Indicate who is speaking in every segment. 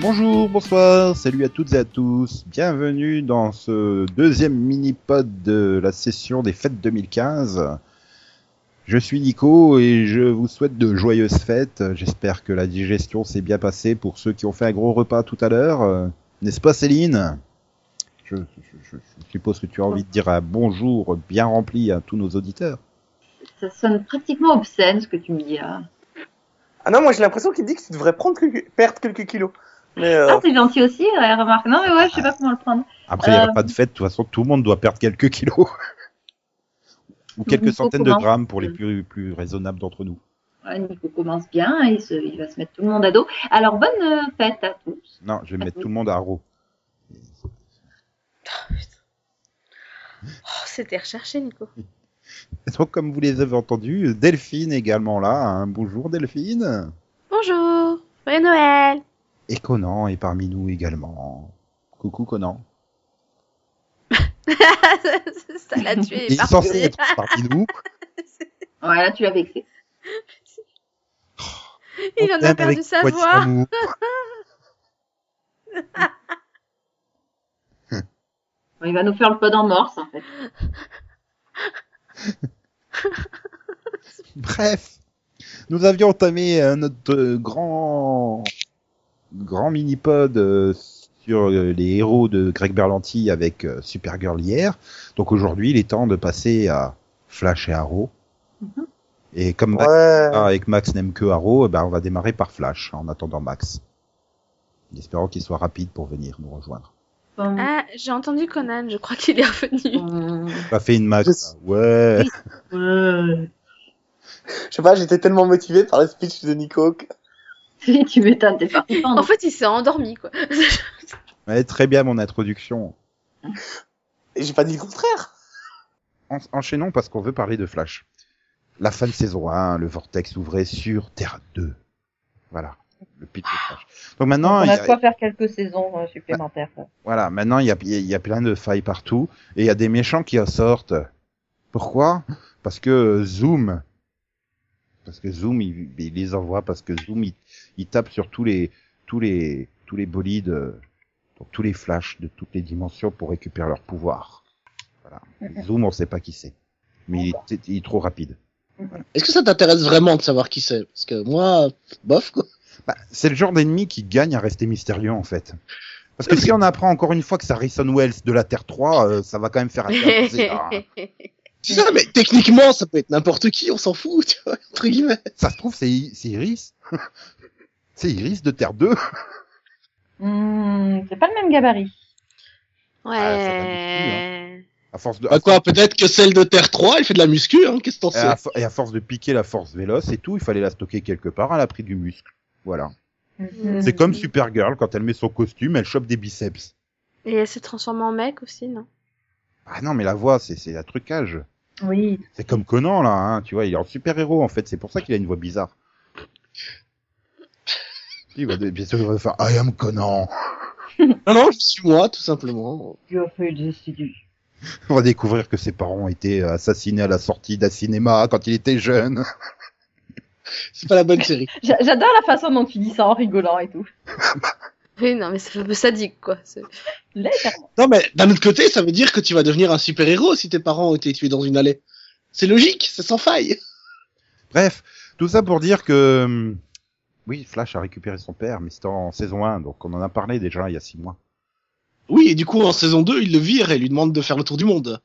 Speaker 1: Bonjour, bonsoir, salut à toutes et à tous. Bienvenue dans ce deuxième mini-pod de la session des fêtes 2015. Je suis Nico et je vous souhaite de joyeuses fêtes. J'espère que la digestion s'est bien passée pour ceux qui ont fait un gros repas tout à l'heure. Euh, N'est-ce pas Céline je, je- je- je suppose que tu as envie de dire un bonjour bien rempli à tous nos auditeurs.
Speaker 2: Ça sonne pratiquement obscène ce que tu me dis hein. là.
Speaker 3: Ah non, moi j'ai l'impression qu'il dit que tu devrais prendre quelques- perdre quelques kilos. Mais euh,
Speaker 2: Ah, c'est gentil aussi, ouais, remarque. Non, mais ouais, je sais pas comment le prendre.
Speaker 1: Après, il n'y
Speaker 2: Euh.
Speaker 1: a pas de fête, de toute façon, tout le monde doit perdre quelques kilos. Ou quelques
Speaker 2: Nico,
Speaker 1: centaines de
Speaker 2: comment
Speaker 1: grammes pour les
Speaker 4: Mm.
Speaker 1: plus, plus raisonnables d'entre nous.
Speaker 2: Ouais, Nico commence bien, il, se- il va se mettre tout le monde à dos. Alors, bonne euh, fête à tous.
Speaker 1: Non, je vais
Speaker 4: Mm.
Speaker 2: Ah
Speaker 1: mettre
Speaker 2: oui.
Speaker 1: tout le monde à roue.
Speaker 4: Oh, c'était recherché, Nico.
Speaker 1: Donc, comme vous les avez entendus, Delphine est également là. hein. Bonjour Delphine.
Speaker 4: Bonjour. Joyeux Noël.
Speaker 1: Et Conan est parmi nous également. Coucou Conan.
Speaker 4: Ça l'a tué.
Speaker 1: Il est censé être parmi nous.
Speaker 2: Ouais, là, tu l'as vexé.
Speaker 4: Il
Speaker 1: On
Speaker 4: en a
Speaker 1: t'aime
Speaker 4: perdu
Speaker 1: avec
Speaker 4: sa
Speaker 1: quoi de
Speaker 4: voix.
Speaker 1: amour.
Speaker 2: Bon, il va nous faire le pod en morse, en fait.
Speaker 1: Bref, nous avions entamé euh, notre euh, grand grand mini-pod euh, sur euh, les héros de Greg Berlanti avec euh, Supergirl hier. Donc aujourd'hui, il est temps de passer à Flash et Arrow.
Speaker 2: Mhm.
Speaker 1: Et comme Max,
Speaker 3: ouais.
Speaker 1: ah, avec Max n'aime que Arrow, eh ben, on va démarrer par Flash en attendant Max. En espérant qu'il soit rapide pour venir nous rejoindre.
Speaker 2: Bon,
Speaker 4: Ah, j'ai entendu Conan, je crois qu'il est revenu.
Speaker 2: bon,
Speaker 1: Pas fait une Max.
Speaker 3: Je-
Speaker 1: ça. Ouais.
Speaker 2: euh,
Speaker 3: je sais pas, j'étais tellement motivé par le speech de Nico. que-
Speaker 2: si, tu m'étonnes, t'es parti
Speaker 4: En
Speaker 2: pendre.
Speaker 4: fait, il s'est endormi, quoi.
Speaker 1: Ouais, Très bien mon introduction.
Speaker 3: Et j'ai pas dit le contraire.
Speaker 1: En- enchaînons parce qu'on veut parler de Flash. La fin de saison 1, le vortex ouvrait sur Terre 2. Voilà, le pitch de Flash. Donc maintenant,
Speaker 5: on
Speaker 1: Ah, il y
Speaker 5: a
Speaker 1: a,
Speaker 5: quoi faire quelques saisons euh, supplémentaires. quoi.
Speaker 1: voilà, maintenant il y a, il y a plein de failles partout et il y a des méchants qui en sortent. Pourquoi Parce que euh, Zoom, parce que Zoom, il, il les envoie parce que Zoom, il, il tape sur tous les tous les tous les bolides, euh, donc tous les flashs de toutes les dimensions pour récupérer leur pouvoir. Voilà.
Speaker 5: Mhm.
Speaker 1: Zoom, on sait pas qui c'est, mais il, est- il est trop rapide.
Speaker 6: Est-ce que ça t'intéresse vraiment de savoir qui c'est Parce que moi, bof quoi.
Speaker 1: Bah, c'est le genre d'ennemi qui gagne à rester mystérieux en fait. Parce que si on apprend encore une fois que c'est Harrison Wells de la Terre 3, euh, ça va quand même faire un peu bizarre,
Speaker 6: ah.
Speaker 1: hein.
Speaker 6: C'est ça, mais techniquement, ça peut être n'importe qui, on s'en fout, tu vois, entre guillemets.
Speaker 1: Ça se trouve, c'est I- c'est Iris. c'est Iris de Terre 2.
Speaker 5: Hmm, c'est pas le même gabarit.
Speaker 6: Ah,
Speaker 4: Ouais.
Speaker 1: À force de,
Speaker 6: Bah quoi, peut-être que celle de Terre 3, elle fait de la muscu, hein, qu'est-ce que t'en
Speaker 1: et
Speaker 6: sais
Speaker 1: à, fo- et à force de piquer la force véloce et tout, il fallait la stocker quelque part, elle a pris du muscle. Voilà.
Speaker 5: Mhm.
Speaker 6: hein.
Speaker 1: C'est comme Supergirl, quand elle met son costume, elle chope des biceps.
Speaker 4: Et elle se transforme en mec aussi, non
Speaker 1: Ah non, mais la voix, c'est c'est un trucage.
Speaker 5: Oui.
Speaker 1: C'est comme Conan là, hein, tu vois, il est en super héros en fait, c'est pour ça qu'il a une voix bizarre. Il va bien sûr il va faire I am Conan.
Speaker 6: Non, non, je suis moi, tout simplement.
Speaker 5: Dieu fait des sidus.
Speaker 1: On va découvrir que ses parents ont été assassinés à la sortie d'un cinéma quand il était jeune.
Speaker 6: C'est pas la bonne série.
Speaker 5: J'a- J'adore la façon dont tu dis ça en rigolant et tout.
Speaker 4: Oui, non, mais c'est un peu sadique, quoi. C'est-
Speaker 5: Légèrement.
Speaker 6: Non, mais d'un autre côté, ça veut dire que tu vas devenir un super-héros si tes parents ont été tués dans une allée. C'est logique, c'est sans faille.
Speaker 1: Bref, tout ça pour dire que hum, oui, Flash a récupéré son père, mais c'était en saison 1, donc on en a parlé déjà il y a six mois.
Speaker 6: Oui, et du coup, en saison 2, ils le virent et lui demandent de faire le tour du monde.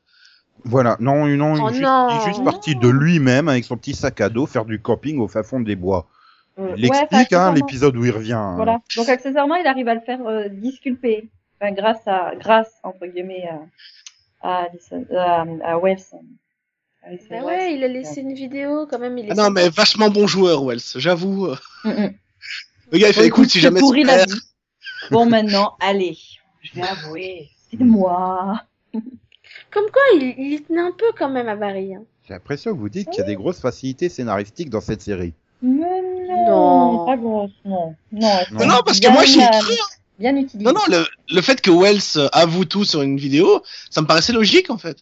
Speaker 1: Voilà, non, non,
Speaker 4: Oh
Speaker 1: il, est juste,
Speaker 4: non.
Speaker 1: il est juste parti de lui-même avec son petit sac à dos faire du camping au fin fond des bois.
Speaker 5: Euh,
Speaker 1: Il
Speaker 5: ouais, enfin,
Speaker 1: explique hein,
Speaker 5: accessoirement-
Speaker 1: l'épisode où il revient. hein.
Speaker 5: Voilà. Donc accessoirement, il arrive à le faire euh, disculper. Enfin, grâce à, grâce entre guillemets euh, à, Allison- euh, à, à Wells. Harrison
Speaker 4: Bah
Speaker 5: Wells.
Speaker 4: ouais, il a laissé une vidéo quand même. Il
Speaker 6: Ah
Speaker 4: est
Speaker 6: non, mais vachement bon joueur, Wells, j'avoue.
Speaker 5: Mm, mm.
Speaker 6: Le gars, il fait écoute, si
Speaker 5: Je
Speaker 6: jamais
Speaker 5: pourris
Speaker 6: son
Speaker 5: la
Speaker 6: père-
Speaker 5: vie. Bon maintenant, allez, je vais avouer, c'est moi.
Speaker 4: Comme quoi, il, il y tenait un peu quand même à Barry. hein.
Speaker 1: J'ai l'impression que vous dites qu'il y a des grosses facilités scénaristiques dans cette série.
Speaker 5: Mais
Speaker 4: Non.
Speaker 5: non, pas grosse, non. Non, elle
Speaker 1: Non,
Speaker 5: fait
Speaker 6: Non, non, parce que moi, j'y ai
Speaker 5: bien,
Speaker 6: cru,
Speaker 5: Bien utilisé.
Speaker 6: hein. Non, non, le, le fait que Wells euh, avoue tout sur une vidéo, ça me paraissait logique en fait.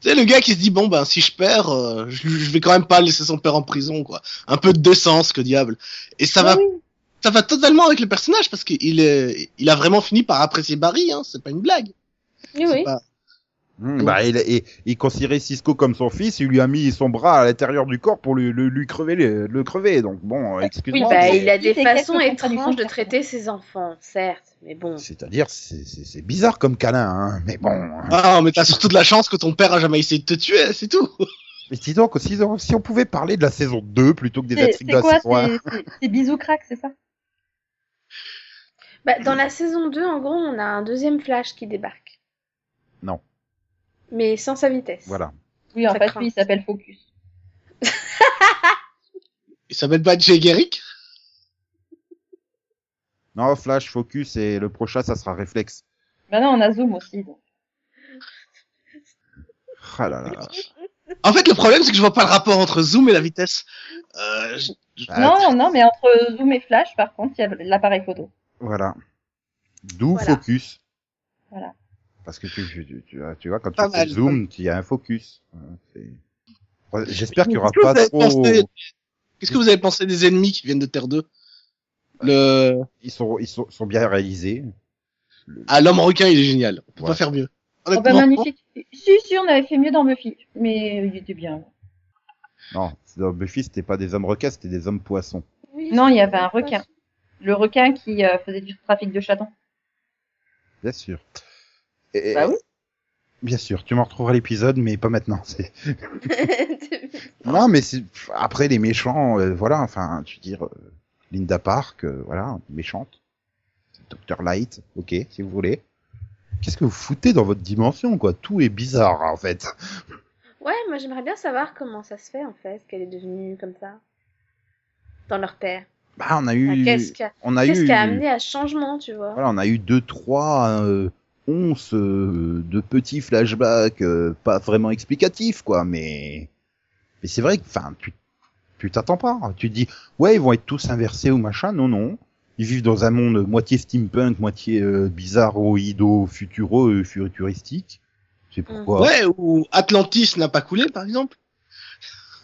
Speaker 6: Tu sais, le gars qui se dit, bon, ben, si je perds, euh,
Speaker 4: Ah
Speaker 6: je, je vais quand même pas laisser son père en prison, quoi. Un peu de décence, que diable. Et ça va
Speaker 5: Oui, oui.
Speaker 6: ça va totalement avec le personnage parce qu'il est, il a vraiment fini par apprécier Barry, hein, c'est pas une blague.
Speaker 4: Oui,
Speaker 6: C'est
Speaker 4: oui.
Speaker 6: pas-
Speaker 1: Hmm, bah, il, il, il considérait Cisco comme son fils, il lui a mis son bras à l'intérieur du corps pour lui, lui, lui crever, le, le crever. Donc bon, euh, excuse-moi.
Speaker 5: Oui,
Speaker 4: Bah,
Speaker 1: mais-
Speaker 4: il a
Speaker 5: Si,
Speaker 4: des
Speaker 5: c'est
Speaker 4: façons
Speaker 5: quelques contradictions
Speaker 4: étranges de
Speaker 5: personnelles.
Speaker 4: traiter ses enfants, certes, mais bon.
Speaker 1: C'est-à-dire, c'est- c'est c'est bizarre comme câlin, hein, mais bon.
Speaker 6: Ah, mais t'as surtout de la chance que ton père a jamais essayé de te tuer, c'est tout.
Speaker 1: Mais dis donc, si, si on pouvait parler de la saison 2 plutôt que des
Speaker 5: C'est
Speaker 1: intrigues de
Speaker 5: c'est
Speaker 1: la
Speaker 5: quoi
Speaker 1: saison 1.
Speaker 5: C'est- c'est- C'est bisous crack, c'est ça
Speaker 4: Bah, dans la saison 2, en gros, on a un deuxième Flash qui débarque.
Speaker 1: Non.
Speaker 4: Mais sans sa vitesse.
Speaker 1: Voilà.
Speaker 5: Oui, en
Speaker 4: Ça
Speaker 5: fait,
Speaker 4: craint.
Speaker 5: lui, il s'appelle Focus.
Speaker 6: Il s'appelle pas Jay Garrick
Speaker 1: Non, Flash, Focus et le prochain, ça sera Réflexe.
Speaker 5: Maintenant, on a Zoom aussi. donc.
Speaker 1: Ah là là.
Speaker 6: En fait, le problème, c'est que je vois pas le rapport entre Zoom et la vitesse. Euh, je-
Speaker 1: Ah,
Speaker 5: non, non, mais entre Zoom et Flash, par contre, il y a l'appareil photo.
Speaker 1: Voilà. D'où
Speaker 4: Voilà.
Speaker 1: Focus.
Speaker 5: Voilà.
Speaker 1: Parce que tu, tu, tu- tu vois- tu vois, quand
Speaker 6: Pas
Speaker 1: tu fais
Speaker 6: mal.
Speaker 1: zoom, il y a un focus. Hein, c'est- Enfin, J'espère qu'il n'y aura
Speaker 6: Qu'est-ce que
Speaker 1: pas
Speaker 6: vous avez
Speaker 1: trop...
Speaker 6: pensé- Qu'est-ce que vous avez pensé des ennemis qui viennent de Terre 2 Le...
Speaker 1: Ils sont, ils sont, sont bien réalisés.
Speaker 6: Ah, l'homme requin, il est génial. On peut
Speaker 1: Ouais.
Speaker 6: pas faire mieux. Ah,
Speaker 5: Oh, bah,
Speaker 6: Honnêtement.
Speaker 5: magnifique. Si, si, on avait fait mieux dans Buffy, mais il était bien.
Speaker 1: Non, dans Buffy, c'était pas des hommes requins, c'était des hommes poissons.
Speaker 5: Non, il y avait un requin. Le requin qui euh, faisait du trafic de chatons.
Speaker 1: Bien sûr. Et-
Speaker 3: Bah oui.
Speaker 1: Bien sûr, tu m'en retrouveras l'épisode, mais pas maintenant. c'est- Non, mais c'est- pff, après les méchants, euh, voilà, enfin, tu veux dire euh, Linda Park, euh, voilà, méchante. Dr Light, ok, si vous voulez. Qu'est-ce que vous foutez dans votre dimension, quoi Tout est bizarre, en fait.
Speaker 4: Ouais, moi j'aimerais bien savoir comment ça se fait en fait, qu'elle est devenue comme ça. Dans leur père.
Speaker 1: Bah, on a
Speaker 4: Enfin,
Speaker 1: eu,
Speaker 4: Ah, Qu'est-ce qui a,
Speaker 1: on a
Speaker 4: qu'est-ce
Speaker 1: eu,
Speaker 4: qui a amené à ce changement, tu vois
Speaker 1: voilà, on a eu deux, trois euh, onces euh, de petits flashbacks, euh, pas vraiment explicatifs, quoi. Mais, mais c'est vrai que, enfin, tu, tu t'attends pas. Tu te dis, ouais, ils vont être tous inversés ou machin. Non, non. Ils vivent dans un monde moitié steampunk, moitié euh, bizarroïdo, futuro, euh, futuristique. C'est pourquoi.
Speaker 6: Ouais, ou Atlantis n'a pas coulé, par exemple.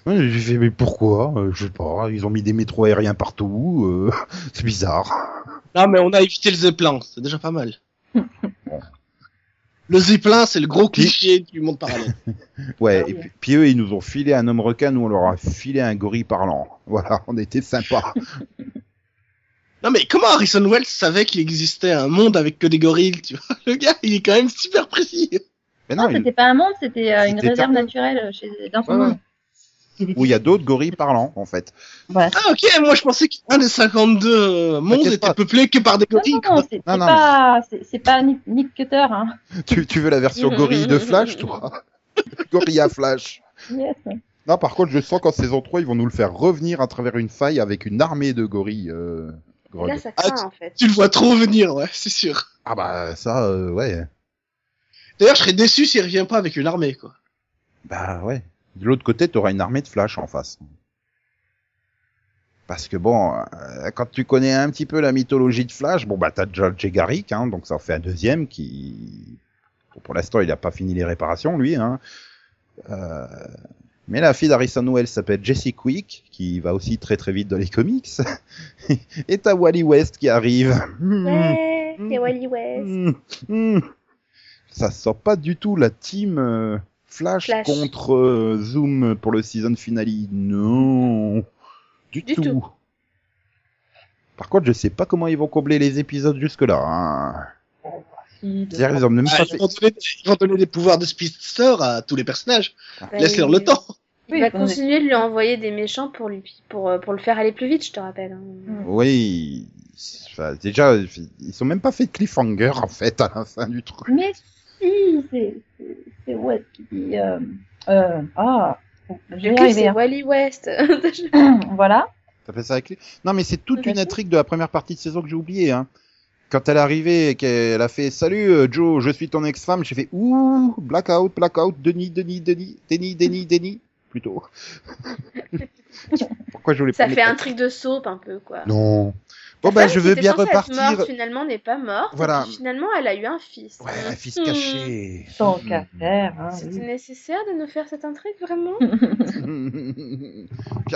Speaker 1: Ouais, j'ai fait, mais pourquoi Euh, Je sais pas. Ils ont mis des métros aériens partout. euh, c'est bizarre.
Speaker 6: Non, mais on a évité le zeppelin, c'est déjà pas mal.
Speaker 1: Bon.
Speaker 6: le zeppelin, c'est le gros cliché du monde parallèle.
Speaker 1: Ouais,
Speaker 5: Ah
Speaker 1: et
Speaker 5: oui.
Speaker 1: puis, puis eux, ils nous ont filé un homme requin, nous, on leur a filé un gorille parlant. Voilà, on était sympa.
Speaker 6: Non, mais comment Harrison Wells savait qu'il existait un monde avec que des gorilles, tu vois Le gars, il est quand même super précis.
Speaker 1: Mais
Speaker 5: Non,
Speaker 1: non, il-
Speaker 5: Ah, c'était pas un monde, c'était euh, une
Speaker 1: C'était
Speaker 5: réserve
Speaker 1: terminé.
Speaker 5: naturelle chez, dans son
Speaker 1: Ouais, ouais.
Speaker 5: monde.
Speaker 1: où il y a d'autres gorilles parlants, en fait.
Speaker 5: Voilà.
Speaker 6: Ah, ok, moi je pensais qu'un des 52 euh, mondes
Speaker 1: T'inquiète
Speaker 6: était
Speaker 1: pas.
Speaker 6: peuplé que par des
Speaker 5: Non,
Speaker 6: gorilles.
Speaker 5: non,
Speaker 6: quoi.
Speaker 5: c'est c'est
Speaker 1: non,
Speaker 5: pas, c'est- c'est pas Nick, Nick Cutter, hein.
Speaker 1: Tu, tu veux la version gorille de Flash, toi Gorille à Flash.
Speaker 5: Yes.
Speaker 1: Non, par contre, je sens qu'en saison 3, ils vont nous le faire revenir à travers une faille avec une armée de gorilles. euh,
Speaker 4: Le gars,
Speaker 1: grenouilles.
Speaker 4: ça
Speaker 6: Ah,
Speaker 4: craint en fait.
Speaker 6: Tu le vois trop venir, ouais, c'est sûr.
Speaker 1: Ah bah, ça, euh, ouais.
Speaker 6: D'ailleurs, je serais déçu s'il revient pas avec une armée, quoi.
Speaker 1: Bah ouais. De l'autre côté, t'auras une armée de Flash en face. Parce que bon, euh, quand tu connais un petit peu la mythologie de Flash, bon bah t'as déjà le Jay Garrick, hein, donc ça en fait un deuxième qui, bon, pour l'instant, il a pas fini les réparations lui. Hein. Euh, Mais la fille d'Harrison Wells s'appelle Jessie Quick, qui va aussi très très vite dans les comics. Et t'as Wally West qui arrive.
Speaker 4: Ouais,
Speaker 1: Mm.
Speaker 4: c'est Wally West.
Speaker 1: Mm, mm. Ça sent pas du tout la team euh, Flash,
Speaker 4: Flash.
Speaker 1: contre euh, Zoom pour le season finale. Non, du,
Speaker 4: Du
Speaker 1: tout.
Speaker 4: tout.
Speaker 1: Par contre, je sais pas comment ils vont combler les épisodes jusque-là. hein.
Speaker 5: Si, de-
Speaker 1: C'est-à-dire, ils ont même
Speaker 6: Ah,
Speaker 1: pas
Speaker 6: ils,
Speaker 1: fait...
Speaker 6: vont donner, ils vont donner des pouvoirs de speedster à tous les personnages.
Speaker 4: Bah
Speaker 6: Laisse-leur
Speaker 4: oui.
Speaker 6: le temps.
Speaker 4: Il va
Speaker 5: Oui, on est-
Speaker 4: continuer de lui envoyer des méchants pour lui pour, euh, pour le faire aller plus vite, je te rappelle. hein.
Speaker 5: Mmh.
Speaker 1: Oui, enfin, déjà, ils sont même pas fait de cliffhanger en fait à la fin du truc.
Speaker 5: Mais si, c'est- c'est c'est West qui dit. Euh, euh, ah, je vais
Speaker 4: Le
Speaker 5: y
Speaker 4: clip,
Speaker 5: arriver.
Speaker 4: c'est
Speaker 5: hein.
Speaker 4: Wally West.
Speaker 5: Voilà.
Speaker 1: T'as fait ça avec lui Non, mais c'est toute
Speaker 5: Tout à
Speaker 1: une
Speaker 5: fait.
Speaker 1: intrigue de la première partie de saison que j'ai oubliée. Hein. Quand elle est arrivée et qu'elle a fait Salut euh, Joe, je suis ton ex-femme, j'ai fait Ouh, blackout, blackout, Denis, Denis, Denis, Denis, Denis, Denis, plutôt. Pourquoi je voulais
Speaker 4: ça
Speaker 1: pas
Speaker 4: fait
Speaker 1: mettre-
Speaker 4: un truc de soap un peu, quoi.
Speaker 1: Non. Bon,
Speaker 4: La
Speaker 1: ben, je
Speaker 4: femme Bah, qui
Speaker 1: veux
Speaker 4: était
Speaker 1: bien
Speaker 4: censée être
Speaker 1: repartir.
Speaker 4: morte, finalement, n'est pas morte.
Speaker 1: Voilà.
Speaker 4: et puis finalement, elle a eu un fils.
Speaker 1: Ouais, un fils
Speaker 4: Hmm.
Speaker 1: caché.
Speaker 5: Tant qu'à faire. Hein,
Speaker 4: C'était
Speaker 5: oui.
Speaker 4: nécessaire de nous faire cette intrigue, vraiment
Speaker 1: Pierre,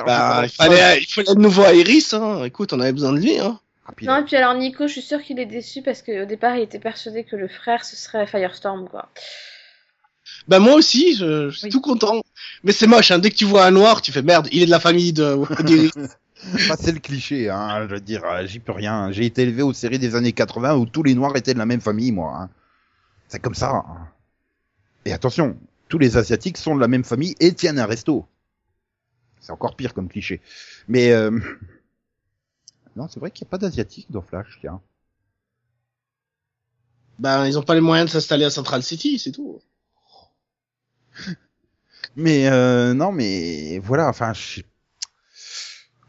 Speaker 6: Bah,
Speaker 1: je
Speaker 4: Hmm.
Speaker 6: il fallait, il fallait de nouveau à Iris, hein. Écoute, on avait besoin de lui, hein.
Speaker 1: Rapide.
Speaker 4: Non, et puis alors Nico, je suis sûre qu'il est déçu parce qu'au départ, il était persuadé que le frère, ce serait Firestorm, quoi.
Speaker 6: Bah moi aussi, je, je suis
Speaker 5: Oui.
Speaker 6: tout content. Mais c'est moche, hein. dès que tu vois un noir, tu fais merde, il est de la famille de... des-
Speaker 1: Enfin, c'est le cliché, hein. Je veux dire, euh, j'y peux rien. J'ai été élevé aux séries des années 80 où tous les noirs étaient de la même famille, moi. hein. C'est comme ça. hein. Et attention, tous les asiatiques sont de la même famille et tiennent un resto. C'est encore pire comme cliché. Mais euh, non, c'est vrai qu'il n'y a pas d'asiatiques dans Flash, tiens.
Speaker 6: Ben ils ont pas les moyens de s'installer à Central City, c'est tout.
Speaker 1: Mais euh, non, mais voilà, enfin, je...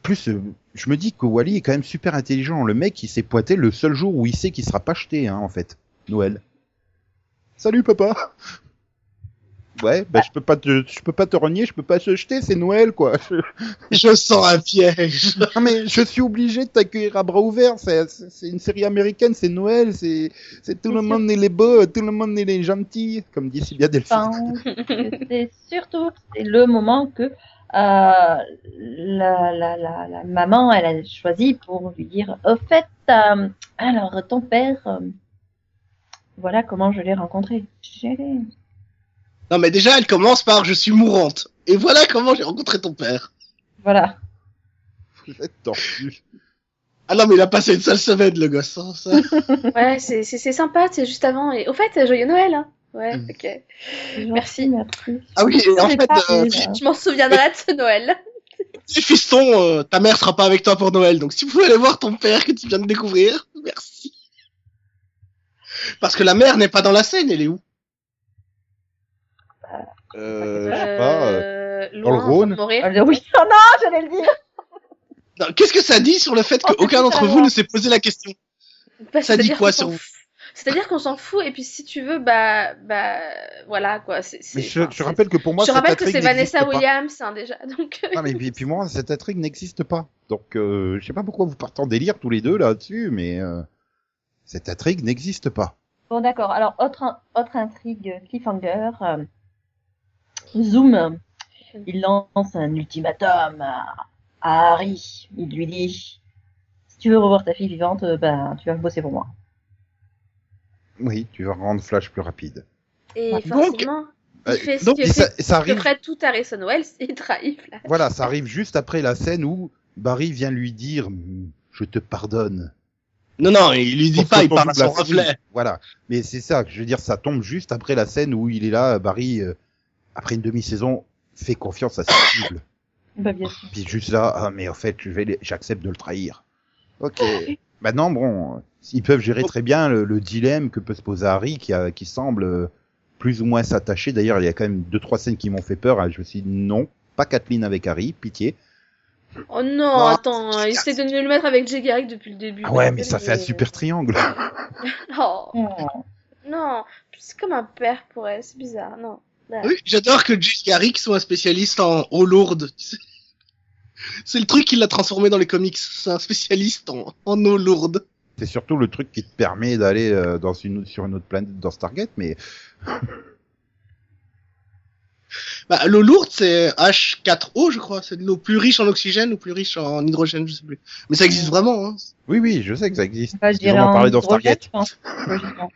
Speaker 1: plus euh, je me dis que Wally est quand même super intelligent. Le mec, il s'est pointé le seul jour où il sait qu'il sera pas jeté, hein, en fait. Noël. Salut papa. Ouais, bah, je peux pas te, je peux pas te renier, je peux pas te jeter, c'est Noël quoi. Je-
Speaker 6: Je sens un piège.
Speaker 1: Non, mais je suis obligé de t'accueillir à bras ouverts. C'est, c'est- c'est une série américaine, c'est Noël, c'est, c'est tout le monde il est beau, tout le monde il est gentil, comme dit si bien Delphine.
Speaker 5: pense que c'est surtout que c'est le moment que euh, la, la, la, la maman elle a choisi pour lui dire au fait euh, alors ton père euh, voilà comment je l'ai rencontré J'ai-
Speaker 6: Non mais déjà elle commence par je suis mourante. Et voilà comment j'ai rencontré ton père.
Speaker 5: voilà
Speaker 1: Vous êtes tordus.
Speaker 6: Ah non mais il a passé une sale semaine le gosse. hein, ça.
Speaker 4: Ouais, c'est c'est- c'est sympa, c'est juste avant. Et au fait, joyeux Noël hein. Ouais,
Speaker 6: Mm.
Speaker 4: ok.
Speaker 5: Merci, merci.
Speaker 6: Ah oui, et en
Speaker 5: C'est
Speaker 6: fait,
Speaker 5: pas
Speaker 6: euh,
Speaker 5: nul, hein.
Speaker 4: Je m'en souviendrai de ce Noël.
Speaker 6: Dis, fiston, euh, ta mère sera pas avec toi pour Noël, donc si vous pouvez aller voir ton père que tu viens de découvrir, merci. Parce que la mère n'est pas dans la scène, elle est où
Speaker 1: Euh, je sais pas. euh,
Speaker 4: loin,
Speaker 1: le Rhône.
Speaker 4: avant de mourir.
Speaker 5: Ah, oui, oh non, j'allais le dire.
Speaker 6: Non, Qu'est-ce que ça dit sur le fait
Speaker 5: Oh,
Speaker 6: qu'aucun
Speaker 5: c'est
Speaker 6: d'entre
Speaker 5: pas
Speaker 6: vous
Speaker 5: loin.
Speaker 6: ne s'est posé la question
Speaker 4: Bah,
Speaker 6: Ça dit
Speaker 4: c'est-à-dire
Speaker 6: quoi
Speaker 4: qu'on
Speaker 6: sur
Speaker 4: s'en
Speaker 6: vous
Speaker 4: fout. C'est-à-dire qu'on s'en fout, et puis si tu veux, bah, bah, voilà, quoi. c'est c'est-
Speaker 1: Mais je,
Speaker 4: enfin,
Speaker 1: je
Speaker 4: c'est-
Speaker 1: rappelle que pour moi,
Speaker 4: je
Speaker 1: cette
Speaker 4: rappelle que
Speaker 1: intrigue
Speaker 4: c'est
Speaker 1: n'existe
Speaker 4: Vanessa
Speaker 1: pas.
Speaker 4: Williams, hein, déjà. Donc,
Speaker 1: Non, mais puis, puis moi, cette intrigue n'existe pas. Donc, euh, je sais pas pourquoi vous partez en délire tous les deux là-dessus, mais euh, cette intrigue n'existe pas.
Speaker 5: Bon, d'accord. Alors, autre, autre intrigue cliffhanger. euh, Zoom, il lance un ultimatum à à Harry. Il lui dit Si tu veux revoir ta fille vivante, euh, ben, tu vas bosser pour moi.
Speaker 1: Oui, tu vas rendre Flash plus rapide.
Speaker 4: et
Speaker 6: Donc,
Speaker 4: forcément, il
Speaker 1: Euh,
Speaker 4: fait ce
Speaker 1: donc,
Speaker 4: que,
Speaker 1: ça, ça
Speaker 4: fait- ce que
Speaker 1: Bah, arrive.
Speaker 4: ferait tout Harrison Wells, il trahit. Flash.
Speaker 1: Voilà, ça arrive juste après la scène où Barry vient lui dire « Je te pardonne
Speaker 6: Non, non, il lui ». dit
Speaker 1: Pour
Speaker 6: pas,
Speaker 1: que
Speaker 6: il
Speaker 1: ton
Speaker 6: parle à son
Speaker 1: double
Speaker 6: reflet.
Speaker 1: affiche. Voilà. Mais c'est ça, je veux dire, ça tombe juste après la scène où il est là, Barry, euh, après une demi-saison, fait confiance à ses cibles.
Speaker 5: Bah, bien sûr.
Speaker 1: Puis juste là, ah mais en fait, je vais, les- j'accepte de le trahir. Ok. Maintenant, bon, ils peuvent gérer très bien le, le dilemme que peut se poser Harry, qui, a, qui semble euh, plus ou moins s'attacher. D'ailleurs, il y a quand même deux trois scènes qui m'ont fait peur. hein. Je me suis dit non, pas Kathleen avec Harry, pitié.
Speaker 4: Oh non,
Speaker 6: Non,
Speaker 4: attends,
Speaker 6: c'est-
Speaker 4: il essaie de nous le mettre avec Jay Garrick depuis le début.
Speaker 1: Ah ouais, mais ça fait un super triangle.
Speaker 4: Oh,
Speaker 5: Oh.
Speaker 4: non, c'est comme un père pour elle, c'est bizarre, non. Ouais.
Speaker 6: Oui, j'adore que Jim Garrick soit un spécialiste en eau lourde. tu sais. C'est le truc qui l'a transformé dans les comics. C'est un spécialiste en, en eau lourde.
Speaker 1: C'est surtout le truc qui te permet d'aller euh, dans une sur une autre planète dans Stargate, mais
Speaker 6: Bah, l'eau lourde, c'est H4O, je crois. C'est de l'eau plus riche en oxygène ou plus riche en hydrogène, je sais plus. Mais ça existe vraiment. Hein.
Speaker 1: oui oui, je sais que ça existe.
Speaker 5: Bah, je
Speaker 1: Ils en
Speaker 5: dirais
Speaker 1: ont
Speaker 5: en
Speaker 1: parlé dans
Speaker 5: hydrogène,
Speaker 1: Stargate.
Speaker 5: je pense. Logiquement,